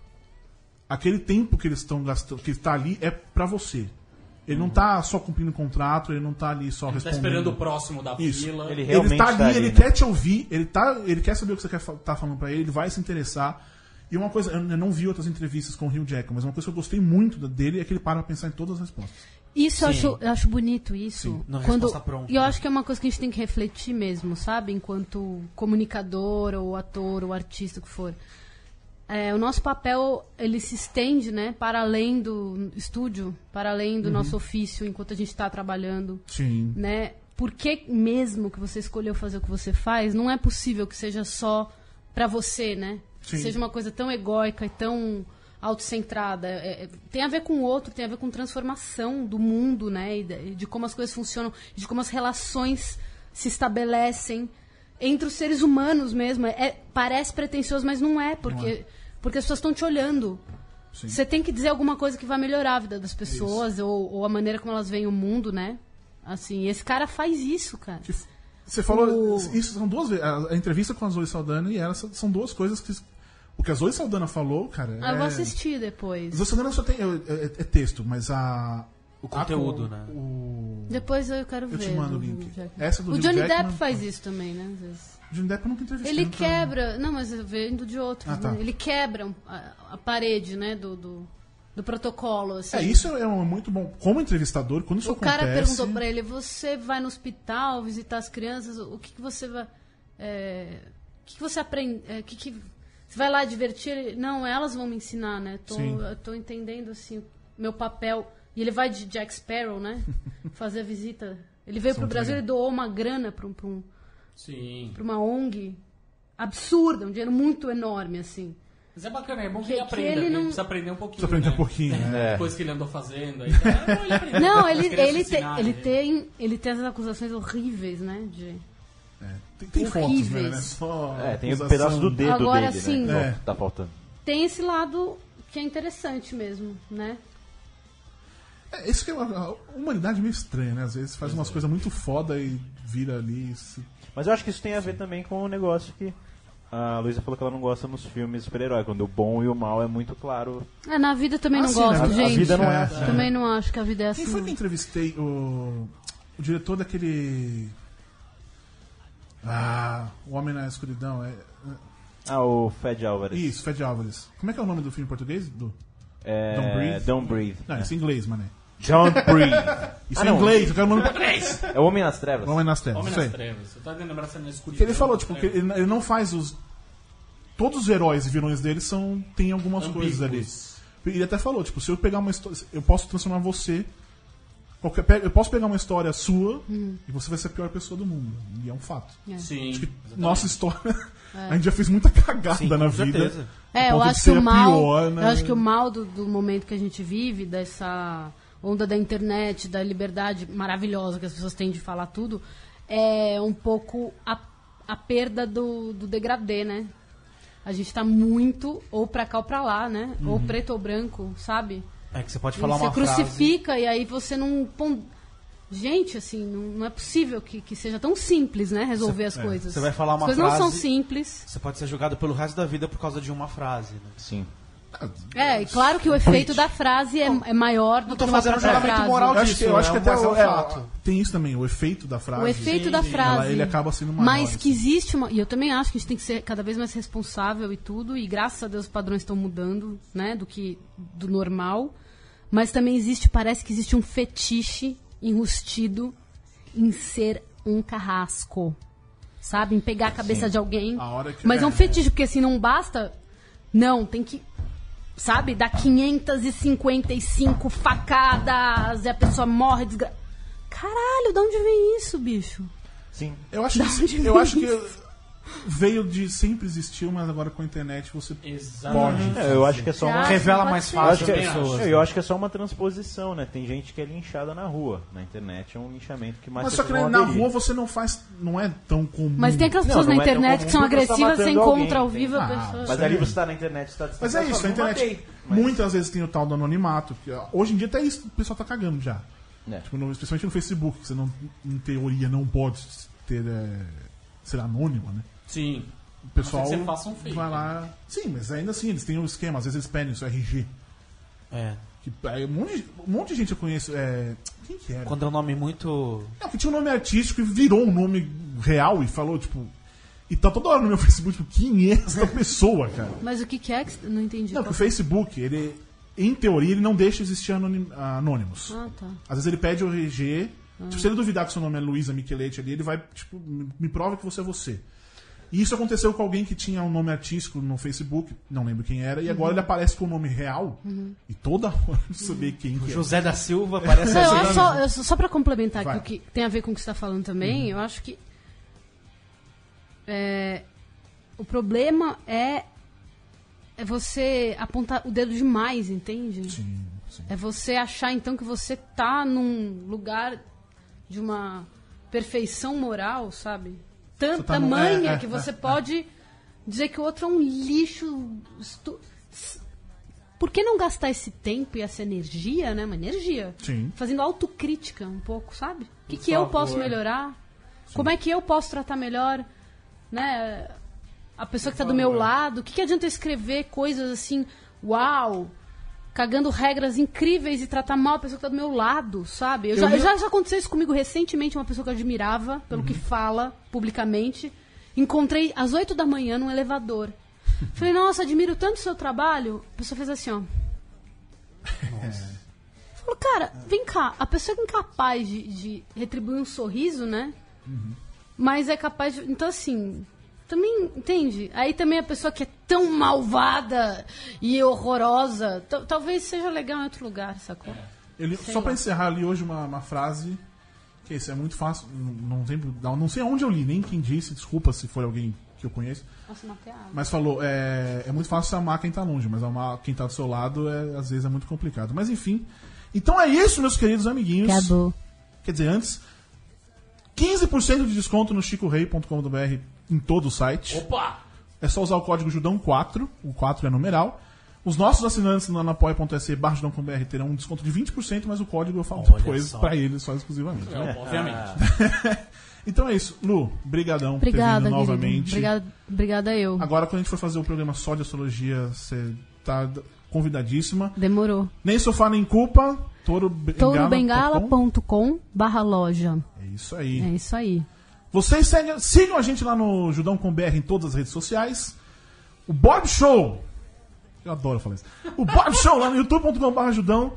Aquele tempo que eles estão gastando, que está ali é pra você. Ele não tá só cumprindo o contrato, ele não tá ali só Tá respondendo. esperando o próximo da Isso. fila. Ele Ele realmente tá ali, ele né? quer te ouvir, ele, tá, ele quer saber o que você quer fa- tá falando pra ele, ele vai se interessar. E uma coisa, eu eu não vi outras entrevistas com o Hugh Jackman, mas uma coisa que eu gostei muito da- dele é que ele para pra pensar em todas as respostas. Isso eu acho, eu acho bonito isso. Não, Quando, resposta pronta. né? e eu acho que é uma coisa que a gente tem que refletir mesmo, sabe? Enquanto comunicador, ou ator, ou artista o que for. É, o nosso papel, ele se estende, né? Para além do estúdio, para além Uhum. do nosso ofício, enquanto a gente está trabalhando. Sim. né? Por que mesmo que você escolheu fazer o que você faz, não é possível que seja só pra você, né? Sim. Que seja uma coisa tão egóica e tão autocentrada. É, é, tem a ver com o outro, tem a ver com transformação do mundo, né? E da- e de como as coisas funcionam, de como as relações se estabelecem entre os seres humanos mesmo. É- é- parece pretensioso, mas não é, porque, porque as pessoas estão te olhando. Sim. Você tem que dizer alguma coisa que vai melhorar a vida das pessoas ou, ou a maneira como elas veem o mundo, né? Assim, esse cara faz isso, cara. Que f- Você falou. O- Isso são duas vezes. A a entrevista com a Zoe Saldana e ela são duas coisas que. O que a Zoe Saldana falou, cara. Ah, é... eu vou assistir depois. Zoe Saldana só tem. É, é- é texto, mas a. O conteúdo, né? O... Depois eu quero Eu ver. te mando o do- link. do Jackman. Essa do o Hugh Johnny Jackman- Depp faz isso também, né? Às vezes. Johnny Depp eu nunca entrevistei. Ele nunca- quebra. Não, mas eu vendo de outros, Ah, tá. né? Ele quebra um- a, a parede, né? Do, do, do protocolo. Assim. É, isso é um- muito bom. Como entrevistador, quando isso O acontece. cara perguntou pra ele: você vai no hospital visitar as crianças? O que, que você vai. é, o que, que você aprende? é, o que que- você vai lá divertir? Ele, Não, elas vão me ensinar, né? Tô, Sim. eu tô entendendo assim, meu papel. E ele vai de Jack Sparrow, né? Fazer a visita. Ele é veio pro Brasil, ele doou uma grana pra, um- pra um- Sim. pra uma ONG absurda, um dinheiro muito enorme, assim. Mas é bacana, é bom que, Que- ele que aprenda. ele porque Ele não- precisa aprender um pouquinho. Precisa aprender né? um pouquinho, né? É. Coisa que ele andou fazendo. Aí, então, é bom ele aprender. Não, As ele, crianças ele, tem, ensinarem, ele, né? tem, ele tem essas acusações horríveis, né? De Tem, tem fotos, né? Horríveis. né? Só É, tem um acusação. pedaço do dedo Agora, dele, assim, né? É. Só Tá faltando. tem esse lado que é interessante mesmo, né? É, isso que é uma, a humanidade é meio estranha, né? Às vezes faz umas coisas muito foda e vira ali. se- Mas eu acho que isso tem a ver também com o negócio que a Luísa falou que ela não gosta nos filmes de super-herói, quando o bom e o mal é muito claro. É, na vida também Ah, não sim, gosto, né? A- a gente. vida não é É, assim. Também não acho que a vida é assim. Quem foi não. que eu entrevistei? O, o diretor daquele. Ah, O Homem na Escuridão. É... Ah, o Fed Álvares. Isso, Fred Álvares. Como é que é o nome do filme em português? Do... É, Don't Breathe. Don't Breathe. Não, isso é em inglês, mané. Don't Breathe. Isso Ah, é em não. inglês, eu quero o nome em português. É o Homem nas Trevas. O Homem nas Trevas, Homem isso nas aí. trevas. Você tá dando lembrança na escuridão. Que ele falou, tipo, que trevas. ele ele não faz os. Todos os heróis e vilões dele são. tem algumas Ambíguos. coisas ali. Ele até falou, tipo, se eu pegar uma história. Eu posso transformar você. qualquer- pe- eu posso pegar uma história sua e você vai ser a pior pessoa do mundo. E é um fato. Sim. Acho que nossa história. A gente já fez muita cagada Sim, na com vida. certeza. A É, eu ponto de acho que ser o a mal. pior, né? Eu acho que o mal do, do momento que a gente vive, dessa onda da internet, da liberdade maravilhosa que as pessoas têm de falar tudo, é um pouco a, a perda do, do degradê, né? A gente tá muito ou pra cá ou pra lá, né? Ou Uhum. preto ou branco, sabe? É que você pode falar você uma frase. crucifica e aí você não. pon- Gente, assim, não, não é possível que, que seja tão simples, né? Resolver as coisas. você é, vai falar uma as coisas não são frase- simples. Você pode ser julgado pelo resto da vida por causa de uma frase, né? Sim. É, e claro que o efeito da frase é, é maior do que tô numa fazendo própria um julgamento frase. moral Eu acho disso, que, eu acho é que um- até mas é um o- é, fato. tem isso também, o efeito da frase. O efeito da frase. Ela- ele acaba sendo maior, Mas assim. que existe uma. E eu também acho que a gente tem que ser cada vez mais responsável e tudo. E graças a Deus os padrões estão mudando, né? Do que do normal. Mas também existe, parece que existe um fetiche enrustido em ser um carrasco. Sabe? Em pegar a cabeça de alguém. A hora que- Mas é é. um fetiche, porque assim, não basta. Não, tem que. Sabe? Dá 555 facadas e a pessoa morre desgra... Caralho, de onde vem isso, bicho? Sim. Eu acho que, onde sim- eu vem acho que veio de sempre existiu, mas agora com a internet você Exatamente. É, eu acho que é só uma. Ah, Revela pode mais ser. Eu acho, fácil que as é, pessoas. né? eu acho que é só uma transposição, né? Tem gente que é linchada na rua. Na internet é um linchamento que mais Mas só que pessoas na vão aderir. rua você não faz. Não é tão comum. Mas tem aquelas Não, pessoas não na é tão internet comum que são porque você tá agressivas, você matando alguém, encontra ao tem- vivo a Ah, pessoa. Mas ali você tá na internet, você tá Mas é você isso, fala, a "Eu internet. matei", mas- é Muitas vezes tem o tal do anonimato. Que, ó, hoje em dia até isso o pessoal tá cagando já. É. Tipo, no- especialmente no Facebook, que você não, em teoria, não pode ter. é, ser anônimo, né? Sim. O pessoal A não ser que você faça um fake, vai lá. Sim, mas ainda assim, eles têm um esquema, às vezes eles pedem o seu RG. É. Que, aí um, monte, de- um monte de gente eu conheço. É, quem que era? Quando é um nome muito. Não, que tinha um nome artístico e virou um nome real e falou, tipo. E tá toda hora no meu Facebook, tipo, quem é essa pessoa, cara? Mas o que, que é que. Não entendi. Não, porque o Facebook, ele, em teoria, ele não deixa existir anonim, anônimos. Ah, tá. Às vezes ele pede o RG. Tipo, se ele duvidar que seu nome é Luísa Micheletti ali, ele vai, tipo, me me prova que você é você. E isso aconteceu com alguém que tinha um nome artístico no Facebook, não lembro quem era, e agora Uhum. ele aparece com o nome real. E toda hora eu saber quem que é. José da Silva parece Não, eu assim. acho só, eu, só pra complementar Vai. Uhum. aqui o que tem a ver com o que você tá falando também, eu acho que. é, o problema é. É você apontar o dedo demais, entende? Sim, sim. É você achar então que você tá num lugar de uma perfeição moral, sabe? Tanta tá num- manha é, é, que é, você pode dizer que o outro é um lixo. estu- s- Por que não gastar esse tempo e essa energia, né? Uma energia. Sim. Fazendo autocrítica um pouco, sabe? O que, que eu posso favor. melhorar? Como é que eu posso tratar melhor, né? A pessoa que tá do meu lado. O que, que adianta eu escrever coisas assim, uau, cagando regras incríveis e tratar mal a pessoa que tá do meu lado, sabe? Eu, já, li- eu já- já aconteceu isso comigo recentemente, uma pessoa que eu admirava, pelo que fala publicamente. Encontrei às 8 da manhã num elevador. Falei, nossa, admiro tanto o seu trabalho. A pessoa fez assim, ó. Falou, cara, vem cá, a pessoa que é incapaz de, de retribuir um sorriso, né? Mas é capaz de. Então, assim. Também, entende? Aí também a pessoa que é tão malvada e horrorosa. tal- Talvez seja legal em outro lugar, sacou? Eu li- só lá. pra encerrar, eu li hoje uma, uma frase. Que isso é muito fácil. Não, não, tem, não não sei onde eu li, nem quem disse, desculpa se foi alguém que eu conheço. Nossa, matei a água. Mas falou, é, é muito fácil amar quem tá longe, mas amar quem tá do seu lado é, às vezes é muito complicado. Mas enfim. Então é isso, meus queridos amiguinhos. Quer dizer, antes, 15% de desconto no chicorei.com.br em todo o site. Opa! É só usar o código Judão4, o 4 é numeral. Os nossos assinantes lá na apoia.se barra Judão com BR terão um desconto de 20%, mas o código eu falo depois só. pra eles só exclusivamente. É, obviamente. 哎 Então é isso. Lu, brigadão por ter Obrigada, vindo querido. novamente. Obrigada, obrigada eu. Agora, quando a gente for fazer o programa só de astrologia, você tá d- convidadíssima. Demorou. Nem sofá, nem culpa. Touro Bengala.com. tourobengala.com barra loja. É isso aí. É isso aí. Vocês seguem- sigam a gente lá no Judão com BR em todas as redes sociais. O Bob Show. Eu adoro falar isso. O Bob Show lá no youtube.com.br Judão.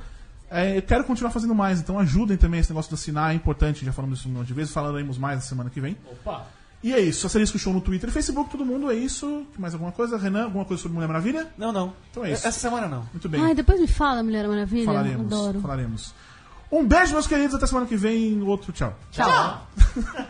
É, eu quero continuar fazendo mais, então ajudem também esse negócio de assinar, é importante, já falamos isso um monte de vezes, falaremos mais na semana que vem. Opa! E é isso, Asterisco Show no Twitter e Facebook, todo mundo, é isso. Mais alguma coisa? Renan, alguma coisa sobre Mulher Maravilha? Não, não. Então é isso. Essa semana não. Muito bem. Ai, depois me fala, Mulher Maravilha. Falaremos. Adoro. Falaremos. Um beijo, meus queridos. Até semana que vem. Outro tchau. Tchau.